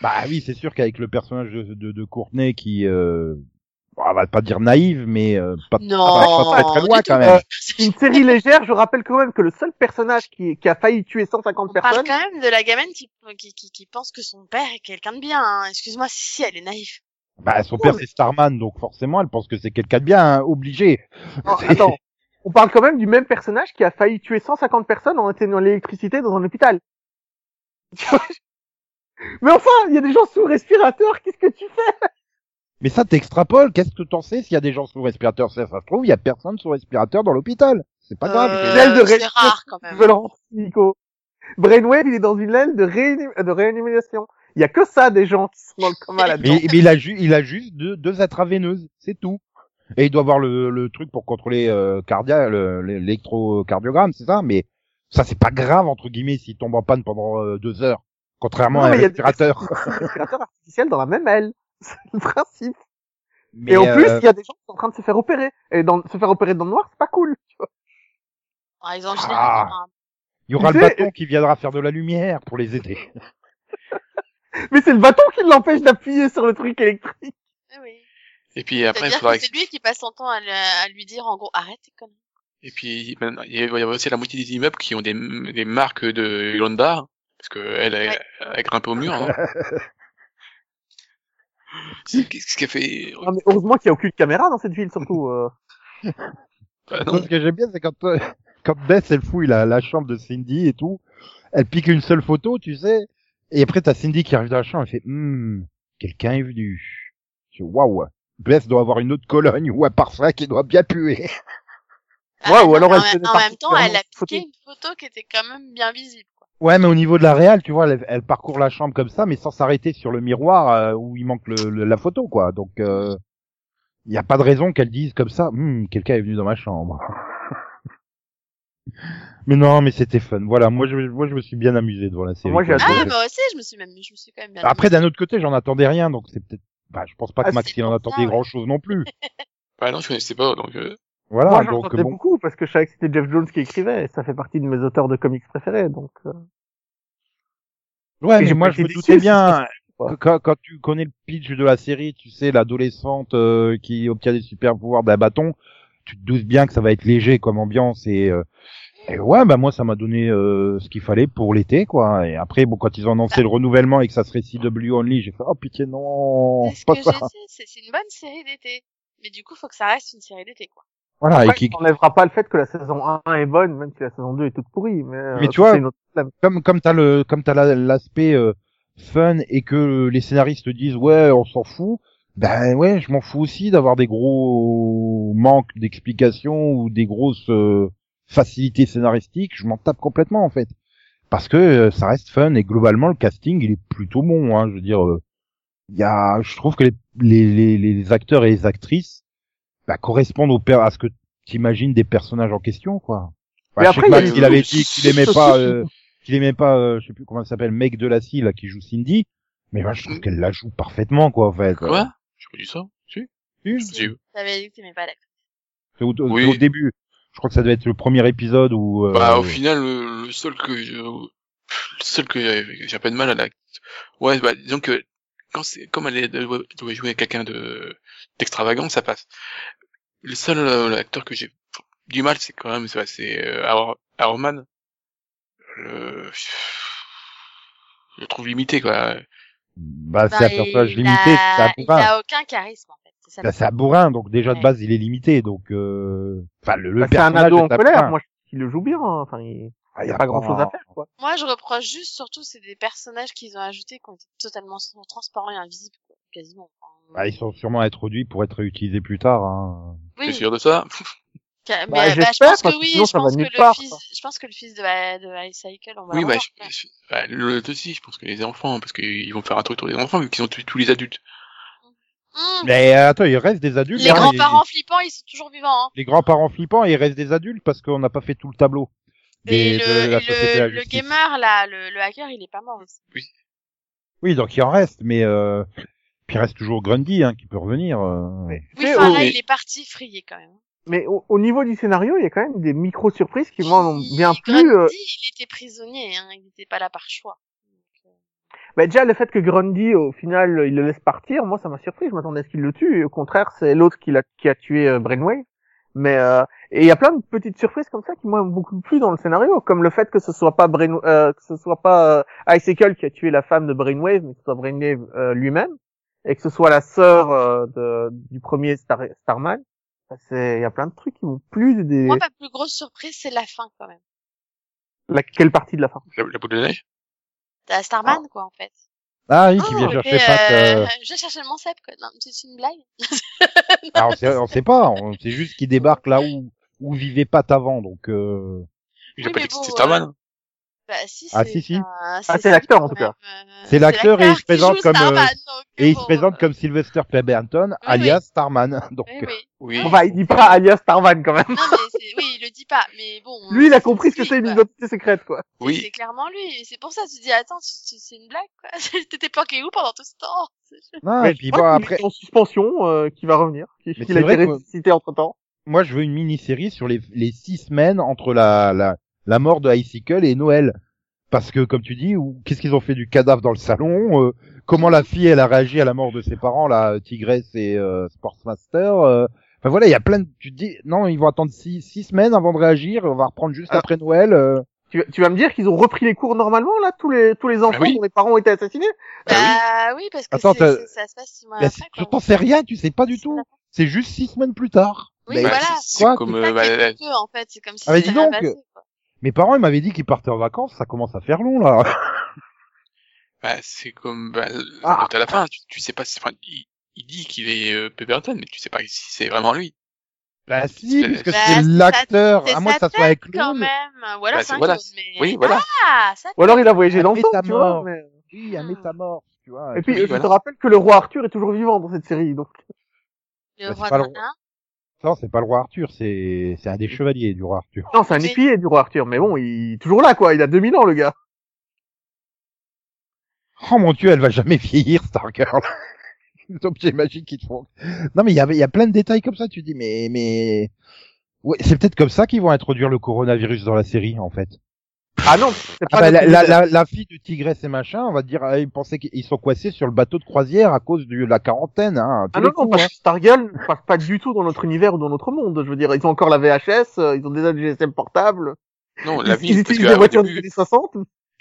A: Bah oui c'est sûr qu'avec le personnage de de, de Courtenay qui euh... bon, on va pas dire naïve mais euh, pas,
B: Non,
A: pas- pas très très
B: du
A: loin
B: tout.
A: quand même.
D: Une série légère, je rappelle quand même que le seul personnage qui, qui a failli tuer 150
B: On parle
D: personnes,
B: quand même de la gamine qui, qui, qui, qui pense que son père est quelqu'un de bien. hein. Excuse-moi, si, si, elle est naïve.
A: Bah son père c'est Starman donc forcément elle pense que c'est quelqu'un de bien hein, obligé.
D: Non, attends, on parle quand même du même personnage qui a failli tuer 150 personnes en éteignant l'électricité dans un hôpital. Tu vois, je- Mais enfin, il y a des gens sous respirateur, qu'est-ce que tu fais
A: Mais ça t'extrapoles, qu'est-ce que t'en sais s'il y a des gens sous respirateur ça, ça se trouve il y a personne sous respirateur dans l'hôpital. C'est pas grave.
B: Euh,
D: l'aile de
B: c'est
D: Rachel.
B: rare quand même.
D: Violence, Nico. Brainwave, il est dans une aile de, réanim- de réanimation. Il y a que ça des gens qui sont dans le coma là-dedans.
A: Mais, mais il a, ju- il a juste deux, deux intraveineuses, c'est tout. Et il doit avoir le, le truc pour contrôler euh, cardia, le- l'électrocardiogramme, c'est ça. Mais ça, c'est pas grave entre guillemets s'il tombe en panne pendant euh, deux heures, contrairement
D: Non,
A: à un
D: mais il y a des-
A: respirateur.
D: respirateur artificiel dans la même aile. C'est le principe.
A: Mais,
D: et en plus,
A: euh,
D: il y a des gens qui sont en train de se faire opérer. Et dans, se faire opérer dans le noir, c'est pas cool. Tu vois.
B: Par exemple, je
A: Ah.
B: dis,
A: il y aura
D: tu
A: le
D: sais-
A: bâton qui viendra faire de la lumière pour les aider.
D: Mais c'est le bâton qui l'empêche d'appuyer sur le truc électrique.
B: eh oui.
C: Et puis après, il
B: C'est-à-dire
C: faudra...
B: que c'est lui qui passe son temps à, le- à lui dire en gros arrête tes conneries.
C: Et puis, maintenant, il y a il y a aussi la moitié des immeubles qui ont des, des marques de Yolanda, parce que elle, elle,
B: Ouais.
C: elle grimpe au mur. Hein. C'est- Qu'est-ce qu'elle fait
D: Non, mais heureusement qu'il n'y a aucune caméra dans cette ville, surtout. euh.
C: Bah, non.
A: Ce que j'aime bien, c'est quand euh, quand Beth elle fouille la, la chambre de Cindy et tout, elle pique une seule photo, tu sais. Et après t'as Cindy qui arrive dans la chambre, elle fait hmm, quelqu'un est venu. Je fais, Waouh. Beth doit avoir une autre colonne ou un parfum qui doit bien puer.
B: Ah,
D: Ouais, ou
B: non,
D: alors
B: mais
D: elle
B: en,
D: se
B: même-
D: met
B: en même temps, elle a
D: particulièrement
B: piqué une photo qui était quand même bien visible. Quoi.
A: Ouais, mais au niveau de la réal, tu vois, elle, elle parcourt la chambre comme ça, mais sans s'arrêter sur le miroir euh, où il manque le, le- la photo, quoi. Donc, il euh, n'y a pas de raison qu'elle dise comme ça, Hmm, quelqu'un est venu dans ma chambre. mais non, mais c'était fun. Voilà, moi je, moi, je me suis bien amusé devant la série.
D: Moi, j'ai
A: quoi.
D: Ah, adoré.
B: Ah,
D: ouais.
B: moi aussi, je me suis même, je me suis quand même bien.
A: Bah, Après, d'un autre côté, j'en attendais rien, donc c'est peut-être... Bah, je pense pas
D: bah, Ah,
A: que
D: c'est
A: Max il en
B: pour ça,
A: attendait
B: ouais.
A: grand-chose non plus.
C: Bah non, je connaissais pas, donc... euh,
A: Voilà,
D: Moi, j'en
A: Ah, donc
D: sortais
A: bon.
D: beaucoup parce que je savais que c'était Jeff Jones qui écrivait. Et ça fait partie de mes auteurs de comics préférés. Donc, euh.
A: Ouais,
D: Et
A: mais
D: j'ai
A: moi
D: pas
A: je me
D: été
A: doutais
D: déçu,
A: bien,
D: Ouais.
A: Quand, quand tu connais le pitch de la série, tu sais l'adolescente euh, qui obtient des super pouvoirs d'un bâton, tu te doutes bien que ça va être léger comme ambiance et, euh, et ouais bah moi ça m'a donné euh, ce qu'il fallait pour l'été quoi. Et après bon quand ils ont annoncé le renouvellement et que ça serait CW only, j'ai fait oh pitié non,
B: C'est ce
A: pas
B: que
A: ça.
B: j'ai dit, c'est- c'est une bonne série d'été. Mais du coup, faut que ça reste une série d'été, quoi.
A: Voilà et
D: Après,
A: qui,
D: ça n'enlèvera pas le fait que la saison 1 est bonne, même si la saison 2 est toute pourrie. Mais, euh,
A: Mais tu
D: ça,
A: vois-
D: c'est une autre flamme.
A: comme comme t'as le comme t'as la- l'aspect euh, fun et que les scénaristes disent ouais on s'en fout ben ouais je m'en fous aussi d'avoir des gros manques d'explications ou des grosses euh, facilités scénaristiques je m'en tape complètement en fait parce que euh, ça reste fun et globalement le casting il est plutôt bon hein je veux dire euh, il y a je trouve que les les, les, les acteurs et les actrices bah, correspondent au per- à ce que t'imagines des personnages en question quoi
D: Mais
A: Bah, je sais
D: après,
A: pas
D: il y a-
A: s'il avait dit qu'il aimait pas euh, qu'il aimait pas, euh, je sais plus comment elle s'appelle, Meg Delassie, là, qui joue Cindy. Mais moi,
C: Mm.
A: je trouve qu'elle la joue parfaitement, quoi, en fait.
C: Quoi J'ai pas dit ça Si
A: Oui,
C: Si, si.
B: T'avais dit que t'aimais pas la
A: C'est au, c'est
C: Oui.
A: au début. Je crois que ça devait être le premier épisode où... euh,
C: Bah, au final, le, le seul que je, le seul que j'avais- j'ai un peu de mal à la, ouais, bah, disons que, quand c'est, comme elle est, doit doit jouer quelqu'un de, d'extravagant, ça passe. Le seul euh, acteur que j'ai du mal, c'est quand même, c'est, c'est euh, Auer- Auerman. Le, je le trouve limité, quoi.
A: bah, c'est
B: Enfin,
A: un personnage
B: il
A: limité,
B: a-
A: c'est un
B: Il
A: bourrin.
B: a aucun charisme, en fait. C'est ça.
A: Bah, C'est un bourrin, donc déjà, de
B: Ouais.
A: base, il est limité, donc... euh, Enfin, le, le
D: Bah, c'est un
A: personnage
D: ado
A: est
D: en colère. Moi, je trouve qu'il le joue bien. hein. Enfin, il
A: Ah,
D: il y a pas grand chose à faire, quoi.
B: Moi, je reproche juste, surtout, c'est des personnages qu'ils ont ajoutés qui ont été totalement sans- transparents et invisibles, quoi, quasiment. Enfin,
A: Bah, ils sont sûrement introduits pour être réutilisés plus tard. Hein.
C: T'es
B: oui,
C: sûr de ça?
B: ca- mais
D: Bah,
B: bah, je
D: j'espère,
B: pense
D: parce
B: que
D: que
B: oui,
D: sinon,
B: je
D: ça va
B: pense que
D: nulle
B: le
D: part,
B: fils,
D: quoi.
B: je pense que le fils de, de Ice Cycle, on va
C: Oui,
B: le
C: bah,
B: voir,
C: je-
B: quoi.
C: je- bah, le, le aussi, je pense que les enfants, parce qu'ils vont faire un truc autour des enfants, vu qu'ils ont tué tous les adultes.
B: Hum,
A: Mais euh, attends, il reste des adultes.
B: les
A: hein,
B: grands-parents flippants, ils sont toujours vivants, hein.
A: Les grands-parents flippants, il reste des adultes parce qu'on n'a pas fait tout le tableau. des-
B: Et le,
A: de la
B: et
A: société de la
B: le, le
A: justice.
B: gamer, là, le, le hacker, il est pas mort aussi.
A: Oui, donc il en reste, mais euh... puis il reste toujours Grundy hein, qui peut revenir. euh.
B: Oui,
D: oh, Mais
B: enfin,
D: au-
B: là,
C: oui.
B: il est parti frayer, quand même.
D: Mais au, au niveau du scénario, il y a quand même des micro-surprises qui, moi, m'ont
B: Il-
D: bien
B: Grundy,
D: plu. euh,
B: il était prisonnier, hein, il n'était pas là par choix.
D: Bah déjà le fait que Grundy au final il le laisse partir, moi ça m'a surpris, je m'attendais à ce qu'il le tue. Au contraire, c'est l'autre qui l'a qui a tué euh, Brainwave. Mais euh, et il y a plein de petites surprises comme ça qui moi m'ont beaucoup plu dans le scénario, comme le fait que ce soit pas Brain euh, que ce soit pas euh, Icicle qui a tué la femme de Brainwave, mais que ce soit Brainwave euh, lui-même et que ce soit la sœur euh, de- du premier Star Starman. Ça, c'est il y a plein de trucs qui m'ont plu des
B: Moi, ma plus grosse surprise, c'est la fin, quand même.
D: la, quelle partie de la fin.
C: La, la boule de neige?
B: T'as Starman, quoi, en fait.
A: Ah oui, qui
D: Ah,
A: vient
B: Et,
A: chercher Pat. euh,
B: euh, Je cherchais mon sep, quoi. Non, c'est une blague. euh,
A: ah, on, sait, on sait pas, on sait juste qu'il débarque là où où vivait Pat avant, donc. Euh...
C: Il
B: Oui,
C: a pas
B: mais
C: dit que
B: bon,
C: c'était Starman.
B: Bah, si,
A: Ah,
B: c'est-
A: si, si.
B: enfin,
D: c'est l'acteur, en tout cas.
B: quand même, euh,
A: C'est l'acteur et il se
B: qui
A: présente
B: joue
A: comme, euh,
B: Starman, donc,
A: Et il se
B: bon,
A: présente
B: euh,
A: comme Sylvester Pemberton,
B: oui.
A: alias Starman. Donc,
B: Oui, oui.
C: Oui.
D: Bon bah il dit pas alias Starman quand même.
B: Non, mais c'est- oui, il le dit pas, mais bon.
D: Lui il
B: euh,
D: a compris ce que
B: lui,
D: c'est une
B: quoi.
D: identité secrète quoi.
B: C'est-
C: oui.
B: C'est clairement lui. Et C'est pour ça, tu te dis, attends, tu- tu- c'est une blague, quoi. T'étais planqué où pendant tout ce temps?
A: non, ah, et
D: Mais Ah, je
A: puis
D: crois
A: bon,
D: qu'il
A: après,
D: est En suspension, euh, qui va revenir. Qui,
A: Mais
D: qu'il
A: c'est
D: a
A: vrai
D: été
A: que-
D: ressuscité entre temps.
A: moi je veux une mini-série sur les les six semaines entre la la la mort de Icicle et Noël. Parce que, comme tu dis, où- qu'est-ce qu'ils ont fait du cadavre dans le salon euh, Comment la fille, elle a réagi à la mort de ses parents, la Tigresse et euh, Sportsmaster euh, Enfin voilà, il y a plein de... Tu te dis, non, ils vont attendre six, six semaines avant de réagir, on va reprendre juste
D: Ah.
A: après Noël. euh.
D: Tu, tu vas me dire qu'ils ont repris les cours normalement, là, tous les, tous les enfants
C: oui.
D: dont les parents ont été assassinés?
B: Bah oui, parce que
A: Attends,
B: c'est-
A: t'as-
B: c'est- ça se passe six mois
A: Bah,
B: après,
A: c'est- je
B: quoi.
A: t'en sais rien, tu sais pas du
B: C'est
A: tout.
B: la-
A: C'est juste six semaines plus tard. Ben,
B: Oui,
A: Mais-
C: Bah,
B: voilà.
C: c'est- C'est
A: Quoi
C: comme,
B: C'est
C: euh,
B: ça
C: bah,
B: qui
C: la-
B: est douteux, en fait. C'est comme si
A: Ah, mais
B: c'était
A: dis donc.
B: passé, quoi.
A: Mes parents, ils m'avaient dit qu'ils partaient en vacances, ça commence à faire long là.
C: bah, c'est comme, bah, le-
D: Ah.
C: à la fin, tu, tu sais pas si, enfin, il, il dit qu'il est euh, Pemberton, mais tu sais pas si c'est vraiment lui.
A: Bah si,
C: C'est-
A: puisque
B: Bah,
A: c'est
B: c'est
A: l'acteur,
B: C'est
A: à moins
B: sa
A: que ça soit un
B: tête, quand
A: clown.
B: même. Ou alors,
C: Bah,
B: c'est
C: c'est-
B: un
C: voilà,
B: clown, mais-
C: Oui, voilà.
B: Ah, ça,
D: Ou alors il a voyagé
A: Ah,
D: dans
A: mais
D: le temps,
A: ta
D: tu vois.
A: mort.
D: mais-
A: Oui, un
B: Hmm.
A: métamorphe, tu vois.
D: Et puis,
C: Oui,
D: je te
C: voilà.
D: rappelle que le roi Arthur est toujours vivant dans cette série, donc.
B: le
A: Bah, c'est
B: roi
A: pas
B: de
A: le
B: nains.
A: Non, c'est pas le roi Arthur, c'est c'est un des chevaliers du roi Arthur.
D: Non, c'est un
B: Oui.
D: épier du roi Arthur, mais bon, il est toujours là, quoi. Il a 2000 ans, le gars.
A: Oh mon dieu, elle va jamais vieillir, Stargirl. L'objet magique qui te font. Non mais il y a, il y a plein de détails comme ça. Tu dis mais mais ouais, c'est peut-être comme ça qu'ils vont introduire le coronavirus dans la série en fait.
D: Ah non, c'est
A: Ah
D: pas
A: bah, la,
D: notre
A: la,
D: univers.
A: la, la fille du tigresse et machin, on va dire, ah, ils pensaient qu'ils sont coincés sur le bateau de croisière à cause de la quarantaine. Hein, tous
D: Ah
A: les
D: non, non,
A: coups,
D: parce
A: hein.
D: que Stargirl ne passe pas du tout dans notre univers ou dans notre monde. Je veux dire, ils ont encore la VHS, euh, ils ont déjà du GSM portable,
C: Non,
D: ils,
C: la
D: ils
C: ville, parce
D: utilisent
C: que
D: des
C: au
D: voitures des
C: début,
D: années 60.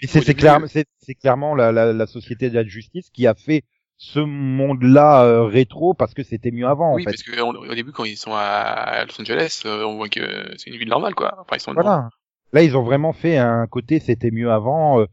A: Et c'est
C: Au
A: c'est
C: début,
A: clair-
C: euh,
A: c'est- c'est clairement la, la, la société de la justice qui a fait ce monde-là euh, rétro parce que c'était mieux avant.
C: oui,
A: en fait.
C: parce que on- au début, quand ils sont à Los Angeles, euh, on voit que c'est une ville normale, quoi. Enfin, ils sont dans-
A: Voilà. Là, ils ont vraiment fait un côté c'était mieux avant, euh,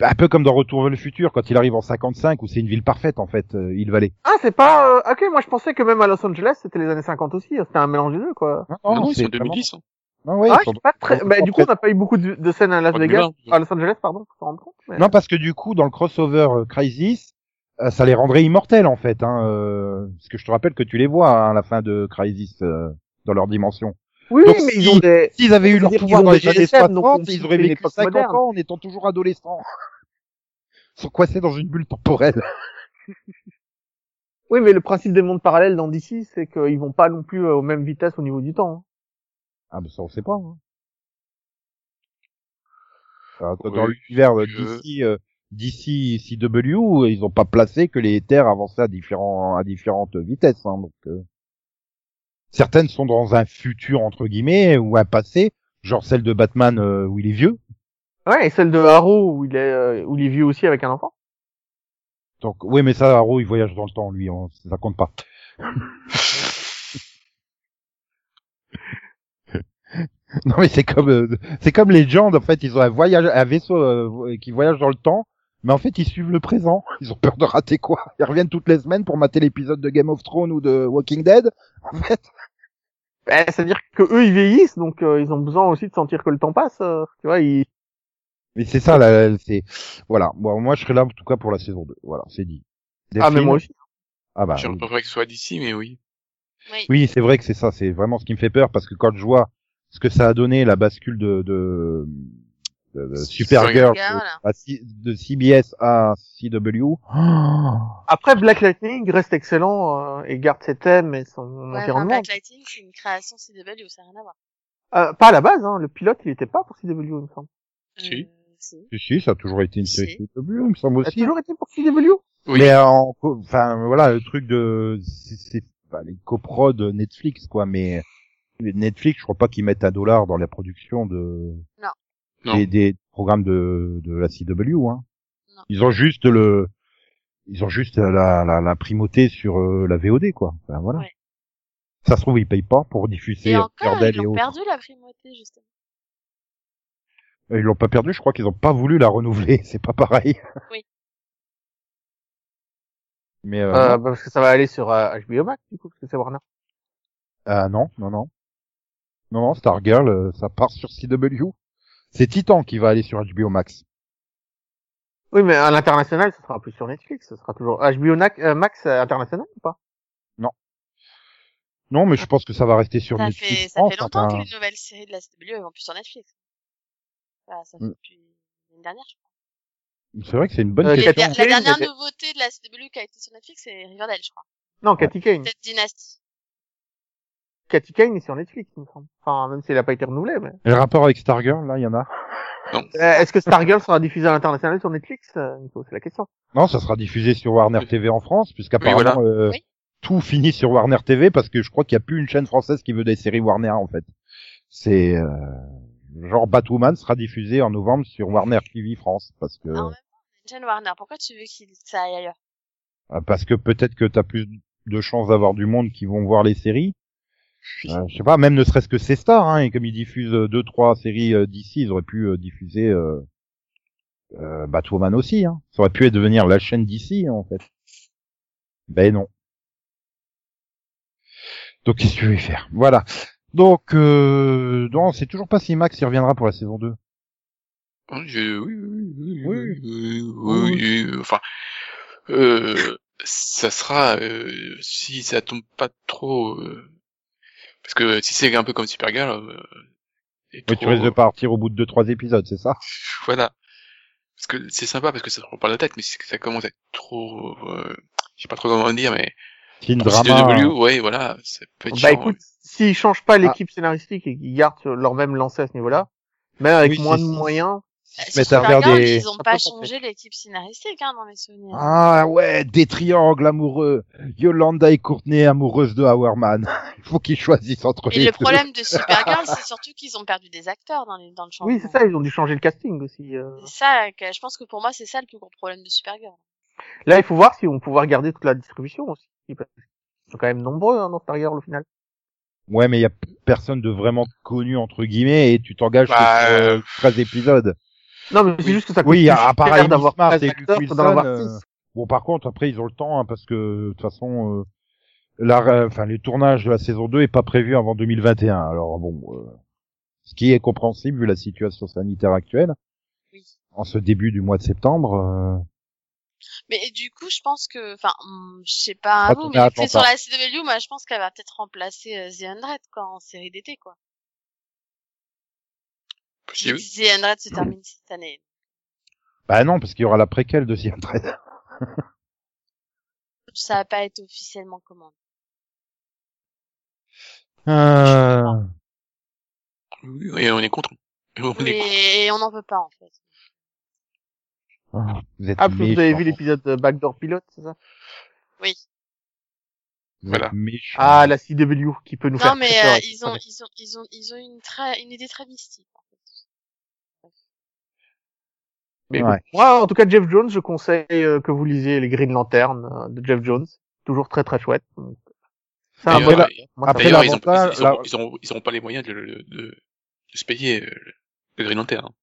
A: un peu comme dans Retour vers le futur quand il arrive en 55 où c'est une ville parfaite en fait, euh, il valait.
D: Ah, c'est pas... euh, Ok, moi je pensais que même à Los Angeles, c'était les années 50 aussi. C'était un mélange des deux, quoi.
C: Non, non, ils sont
A: c'est
C: en 2010. hein.
A: vraiment- Non, ouais,
D: ah,
A: ils
D: je
A: sont-
D: suis pas très...
A: ils sont
D: Bah, du coup, on
A: très-
D: n'a pas eu beaucoup de, de scènes à Las
C: En
D: Vegas.
C: 2020.
D: À Los Angeles, pardon, pour s'en rendre compte. mais-
A: non parce que du coup dans le crossover euh, Crisis, euh, ça les rendrait immortels en fait. Hein, euh, parce que je te rappelle que tu les vois hein, à la fin de Crisis euh, dans leur dimension.
D: Oui,
A: Donc,
D: mais
A: si-
D: ils ont des...
A: S'ils avaient eu leur pouvoir
D: C'est-à-dire qu'ils
A: dans
D: ont
A: les
D: des
A: années
D: GSM, donc
A: 60,
D: on
A: ils
D: fait
A: auraient
D: une
A: vécu
D: époque
A: 50
D: moderne.
A: ans en étant toujours adolescents. Ils sont coincés dans une bulle temporelle.
D: Oui, mais le principe des mondes parallèles dans DC, c'est qu'ils vont pas non plus euh, aux mêmes vitesses au niveau du temps. hein.
A: Ah mais ça on sait pas. hein. Enfin, toi,
C: Oui,
A: dans l'univers
C: si tu veux.
A: d'ici euh, d'ici CW, ils ont pas placé que les terres avançaient à différents à différentes vitesses. hein, donc euh. certaines sont dans un futur entre guillemets ou un passé, genre celle de Batman euh, où il est vieux.
D: Ouais, et celle de Arrow, où il est, euh, où il est vieux aussi avec un enfant.
A: Donc oui mais ça Arrow il voyage dans le temps lui, on, ça compte pas. Non mais c'est comme euh, c'est comme les gens en fait ils ont un voyage un vaisseau euh, qui voyage dans le temps mais en fait ils suivent le présent ils ont peur de rater quoi ils reviennent toutes les semaines pour mater l'épisode de Game of Thrones ou de Walking Dead en fait
D: Ben, c'est-à-dire que eux, ils vieillissent, donc euh, ils ont besoin aussi de sentir que le temps passe. euh, tu vois, ils...
A: mais c'est ça là c'est voilà moi moi je serai là en tout cas pour la saison 2 voilà c'est dit
D: Ah, mais
A: Delphine
D: moi aussi.
A: ah bah
C: Je
A: oui.
C: préfère que ce soit d'ici, mais oui.
A: Oui, c'est vrai que c'est ça, c'est vraiment ce qui me fait peur parce que quand je vois ce que ça a donné la bascule de, de, de- de Supergirl
B: Supergirl.
A: à C- de CBS à CW, oh,
D: Après, Black Lightning reste excellent euh, et garde ses thèmes et son
B: Ouais, enfin,
D: environnement.
B: Black Lightning, c'est une création CW, ça n'a rien à voir.
D: Euh, pas à la base, hein, le pilote, il était pas pour CW, il me semble.
C: Si.
B: Euh, si.
A: si, si, ça a toujours été une série
B: Si. Bah,
A: CW, il me semble
D: Il a
A: aussi. Euh,
D: toujours été pour CW.
C: Oui.
A: Mais en, co- enfin voilà, le truc de, c'est c'est- enfin, les coprodes Netflix quoi, mais Netflix, je crois pas qu'ils mettent un dollar dans la production de
C: Non.
A: des, des programmes de, de la CW. Hein.
B: Non.
A: Ils ont juste le, ils ont juste la, la, la primauté sur euh, la VOD quoi. Enfin, voilà.
B: Ouais.
A: Ça se trouve ils payent pas pour diffuser
B: Et encore,
A: Bordel
B: ils ont
A: autres.
B: perdu la primauté, justement.
A: Ils l'ont pas perdu, je crois qu'ils ont pas voulu la renouveler. C'est pas pareil.
B: Oui.
A: Mais euh,
D: Euh,
A: non.
D: bah, parce que ça va aller sur euh, HBO Max, du coup, parce que c'est Warner.
A: Ah, non, non, non, non, non, Stargirl, euh, ça part sur CW. C'est Titan qui va aller sur HBO Max.
D: Oui, mais à l'international, ce sera plus sur Netflix, ce sera toujours HBO Nac- euh, Max euh, international ou pas
A: Non, mais je pense que ça va rester sur
B: Ça
A: Netflix. oh,
B: fait, ça
A: France,
B: fait longtemps
A: enfin.
B: que les nouvelles séries de la CW, elles vont plus sur Netflix. Enfin, ça fait
A: Mm.
B: depuis l'année dernière, je crois.
A: C'est vrai que c'est une bonne
D: Euh,
B: Et
A: question.
B: La,
D: Catherine
B: la
D: Kane,
B: dernière
D: c'était-
B: nouveauté de la CW qui a été sur Netflix, c'est Riverdale, je crois.
D: Non, Cathy
A: Mm.
D: Kane.
B: Peut-être Dynasty.
D: Cathy Kane est sur Netflix, il me semble. Enfin, même si elle a pas été renouvelée, mais...
A: Et le rapport avec Stargirl, là, il y en a
D: Euh, Est-ce que Stargirl sera diffusée à l'international sur Netflix, euh, Nico C'est la question.
A: Non, ça sera diffusé sur Warner TV en France,
C: Oui,
A: puisqu'apparemment
C: voilà.
A: euh,
B: Oui.
A: tout finit sur Warner TV parce que je crois qu'il n'y a plus une chaîne française qui veut des séries Warner en fait. C'est euh, genre Batwoman sera diffusé en novembre sur Warner TV France parce que
B: Ah, en même temps, c'est une chaîne Warner. Pourquoi tu veux qu'il ça aille ailleurs
A: euh, parce que peut-être que t'as plus de chances d'avoir du monde qui vont voir les séries. Euh, je sais pas, même ne serait-ce que ces stars, hein, et comme ils diffusent euh, deux trois séries euh, d'ici, ils auraient pu euh, diffuser euh, euh, Batwoman aussi. Hein. Ça aurait pu devenir la chaîne d'ici en fait. Ben non. Donc qu'est-ce que tu veux y faire Voilà. Donc euh, non, c'est toujours pas si Max y reviendra pour la saison 2.
C: Hein, je- Oui, oui, oui, oui, oui, oui, oui, oui, Enfin, euh, ça sera euh, si ça tombe pas trop, euh, parce que si c'est un peu comme Supergirl, euh, et
A: Mais tu
C: trop,
A: risques de partir au bout de deux trois épisodes, c'est ça
C: voilà. Parce que c'est sympa parce que ça te prend pas la tête, mais c'est que ça commence à être trop, euh, je sais pas trop comment dire, mais
A: C'est une
C: pour
A: drama.
C: CW,
A: hein.
C: ouais, voilà, ça peut être
D: Bah
C: chiant.
D: écoute, s'ils
A: Ah.
D: changent pas l'équipe scénaristique et qu'ils gardent leur même lancée à ce niveau-là, même avec
A: Oui,
D: moins de
A: c'est-
D: moyens,
A: Ils se
B: Surtout
A: mettent à faire
B: Bergerac,
A: des...
B: Ils ont
D: Ça peut
B: pas
D: compter.
B: changé l'équipe scénaristique hein, dans mes souvenirs.
A: Ah ouais, des triangles amoureux. Yolanda et Courtney amoureuses de Hourman. Il faut qu'ils choisissent entre
B: Et
A: les
B: le
A: deux.
B: problème de Supergirl, c'est surtout qu'ils ont perdu des acteurs dans, les, dans le changement.
D: Oui, c'est ça, ils ont dû changer le casting aussi. euh.
B: C'est ça que je pense que pour moi, c'est ça le plus gros problème de Supergirl.
D: Là, il faut voir si on pouvoir garder toute la distribution aussi. parce qu'ils sont quand même nombreux hein, dans Stargirl au final.
A: Ouais, mais il y a p- personne de vraiment connu entre guillemets et tu t'engages que
C: Bah,
A: sur euh,
C: euh,
A: 13 épisodes.
D: Non, mais c'est juste que ça coûte
A: Oui,
D: plus
A: à part
D: cher
A: Amy
D: d'avoir
A: Smart
D: 13
A: et
D: acteurs
A: Luke Wilson.
D: que d'en avoir
A: euh,
D: 6.
A: Bon, par contre, après ils ont le temps hein, parce que de toute façon, euh, la, euh, enfin, le tournage de la saison 2 est pas prévu avant 2021. Alors bon, euh, ce qui est compréhensible vu la situation sanitaire actuelle.
B: Oui.
A: En ce début du mois de septembre. euh,
B: Mais du coup, je pense que, enfin, hum, je sais pas à
A: Ah,
B: vous,
A: tu
B: mais
A: n'attends
B: écrit sur
A: pas.
B: la CW, moi, je pense qu'elle va peut-être remplacer euh, The Hundred, quoi, en série d'été, quoi.
C: Possible.
B: The Hundred se termine cette année.
A: Bah non, parce qu'il y aura la préquelle de Siam Trade.
B: Ça va pas été officiellement commandé.
A: Euh...
C: Oui, oui, on est contre. On est contre.
B: Mais on n'en veut pas, en fait.
A: ah, Vous êtes
D: Ah, parce que vous avez
A: méchants.
D: vu l'épisode de Backdoor Pilot, c'est ça
A: Vous êtes
C: Voilà.
A: méchants.
D: Ah, la CW qui peut nous faire
B: Non, mais
D: très peur
B: euh,
D: avec
B: ils
D: ça.
B: ont, ils ont, ils ont, ils ont une très, une idée très mystique. en fait.
D: Mais
A: Ouais.
D: bon. Moi, en tout cas, Jeff Jones, je conseille euh, que vous lisiez les Green Lantern euh, de Jeff Jones. Toujours très très chouette. Donc, Ça,
A: D'ailleurs,
D: moi,
A: la-
C: D'ailleurs,
D: moi,
A: euh,
D: ça
A: après
D: me-
A: la-
C: d'ailleurs, ils ont-
A: l'avantage-
C: ils
A: la-
C: ont- ils ont- ils auront pas les moyens de, de, de, de se payer euh, le Green Lantern. hein.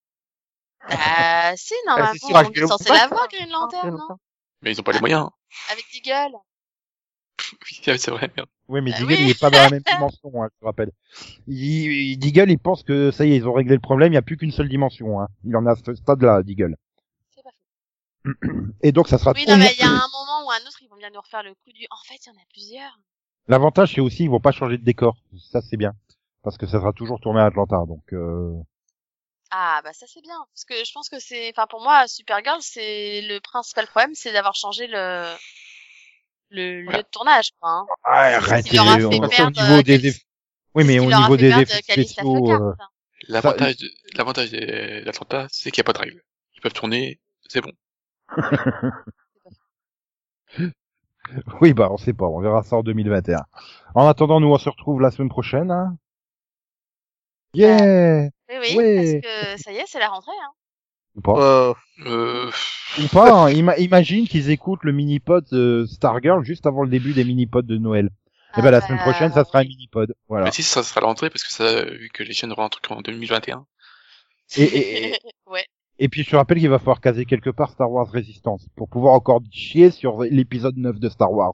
B: Bah, si, normalement,
D: Ah, c'est sûr,
B: on
D: je vais
B: est censé
D: le-
B: l'avoir, Green
D: Ah,
B: Lantern,
D: Euh,
B: non?
C: Mais ils ont pas les moyens. hein.
B: Avec Deagle.
C: Oui, c'est vrai, merde.
A: Oui, mais
B: Ah
A: Deagle,
B: oui.
A: il est pas dans la même dimension, hein, je te rappelle. Il, il- Deagle, il pense que ça y est, ils ont réglé le problème, il n'y a plus qu'une seule dimension. Hein. Il en a à ce stade-là, Deagle.
B: C'est pas
A: Et donc,
D: Ah,
A: ça sera...
B: Oui,
A: trop
B: non,
A: long.
B: mais il y a un moment ou un autre, ils vont bien nous refaire le coup du. En fait, il y en a plusieurs.
A: L'avantage, c'est aussi ils vont pas changer de décor. Ça, c'est bien. Parce que ça sera toujours tourné à Atlanta, donc... Euh...
B: Ah, bah ça c'est bien. Parce que je pense que c'est. Enfin, pour moi, Supergirl, c'est le principal problème, c'est d'avoir changé le. Le lieu de tournage, quoi. hein.
A: arrête,
B: Il aura
A: et
B: fait
A: on- au
B: perdre,
A: niveau
B: euh,
A: des
B: Calis-
A: effets... Oui,
B: C'est ce
A: mais
B: qui
A: au
B: leur a
A: niveau
B: fait
A: des
B: perdre
A: effets
B: Calista
A: spéciaux...
B: Flockhart,
A: euh,
B: ça.
C: L'avantage de, l'avantage des- d'Atlanta, c'est qu'il n'y a pas de règles. Ils peuvent tourner, c'est bon.
A: Oui, bah, on sait pas, on verra ça en 2021. En attendant, nous, on se retrouve la semaine prochaine. Hein. Yeah
B: Oui, oui,
A: Ouais.
B: parce que ça y est, c'est la rentrée. Hein.
A: Ou pas,
D: Euh,
C: Euh,
A: Ou pas hein. Ima- imagine qu'ils écoutent le mini-pod de Stargirl juste avant le début des mini-pods de Noël. Et
B: Ah
A: ben, la semaine
B: Euh,
A: prochaine, ça sera un mini-pod. Voilà.
C: mais si, ça sera la rentrée, parce que ça, vu que les chaînes rentrent qu'en 2021.
A: Et, et, et,
B: ouais.
A: et puis, je te rappelle qu'il va falloir caser quelque part Star Wars Resistance pour pouvoir encore chier sur l'épisode 9 de Star Wars.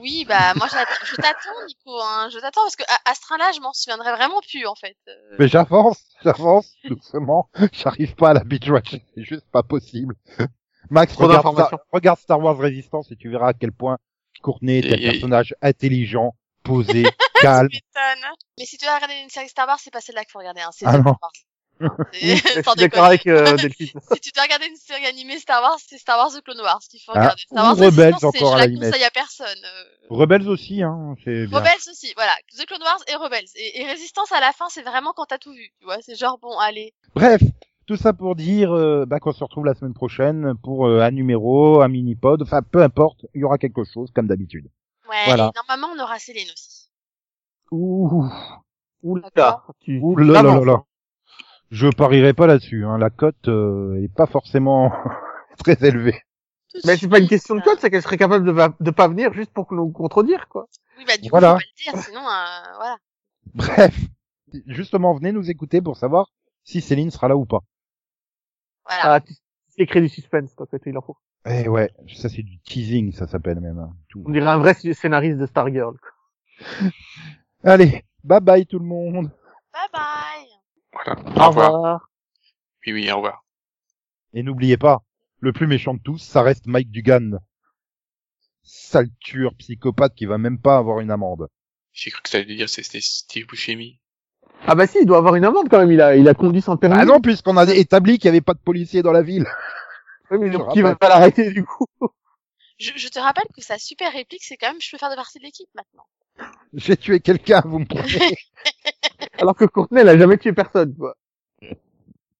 B: Oui, bah moi j'attends- je t'attends, Nico. Hein. Je t'attends parce que à, à ce train-là, je m'en souviendrai vraiment plus en fait. Euh,
A: Mais j'avance, j'avance, doucement. J'arrive pas à la binge watch, c'est juste pas possible. Max,
D: Trop
A: regarde,
D: d'informations.
A: Star- regarde Star Wars Resistance et tu verras à quel point Courtney est un
C: Et- et-
A: personnage intelligent, posé, calme.
B: tu m'étonnes. Mais si tu dois regarder une série Star Wars, c'est pas celle-là qu'il faut regarder. Hein. C'est
A: Ah
B: Star
A: non.
B: Wars.
D: oui,
B: C'est-
D: je suis
B: sans déconner.
D: d'accord avec euh, Delphine.
B: si tu dois regarder une série animée Star Wars, c'est Star Wars The Clone Wars qu'il faut
A: Ah,
B: regarder. Star
A: ou
B: Wars
A: Rebels
B: Resistance, c'est-
A: encore à
B: je
A: la
B: la
A: limite.
B: conseille à personne. euh.
A: Rebels aussi, hein, c'est bien.
B: Rebels aussi, voilà. The Clone Wars et Rebels. Et, et Résistance à la fin, c'est vraiment quand t'as tout vu. Tu vois, c'est genre bon, allez.
A: Bref, tout ça pour dire euh, bah, qu'on se retrouve la semaine prochaine pour euh, un numéro, un mini-pod, enfin peu importe, il y aura quelque chose comme d'habitude.
B: Ouais,
A: Voilà.
B: et normalement on aura Céline aussi.
A: Ouh,
D: Oula,
B: D'accord.
D: tu...
A: ouh là là là
D: t'avances,
A: là.
D: hein.
A: Je parierai pas là-dessus, hein. la cote euh, est pas forcément très élevée.
B: Tout de
D: Mais c'est pas une
B: suite.
D: question de code, c'est qu'elle serait capable de, va- de pas venir juste pour nous contredire, quoi.
B: Oui, bah du
A: Voilà.
B: coup, faut pas le dire, sinon, euh, voilà.
A: Bref, justement, venez nous écouter pour savoir si Céline sera là ou pas.
B: voilà.
D: Ah, tu tu crées du suspense, toi, que tu- il en faut.
A: Eh ouais, ça c'est du teasing, ça s'appelle même. hein, tout.
D: On dirait un vrai scénariste de Stargirl. quoi.
A: Allez, bye bye tout le monde.
B: Bye bye.
C: Voilà. Au revoir.
D: revoir.
C: Oui, oui, au revoir.
A: Et n'oubliez pas, le plus méchant de tous, ça reste Mike Dugan. Sale tueur psychopathe qui va même pas avoir une amende.
C: J'ai cru que ça allait dire c'est- c'était Steve Buscemi.
D: Ah bah si, il doit avoir une amende quand même, il a, il a conduit sans permis.
A: Ah non, puisqu'on a établi qu'il y avait pas de policiers dans la ville.
D: Oui, mais
A: je
D: donc, qui va
A: rappelle.
D: pas l'arrêter du coup
B: Je, je te rappelle que sa super réplique, c'est quand même je peux faire de partie de l'équipe maintenant.
A: J'ai tué quelqu'un, vous me prenez.
D: Alors que Courtenay, elle a jamais tué personne, quoi.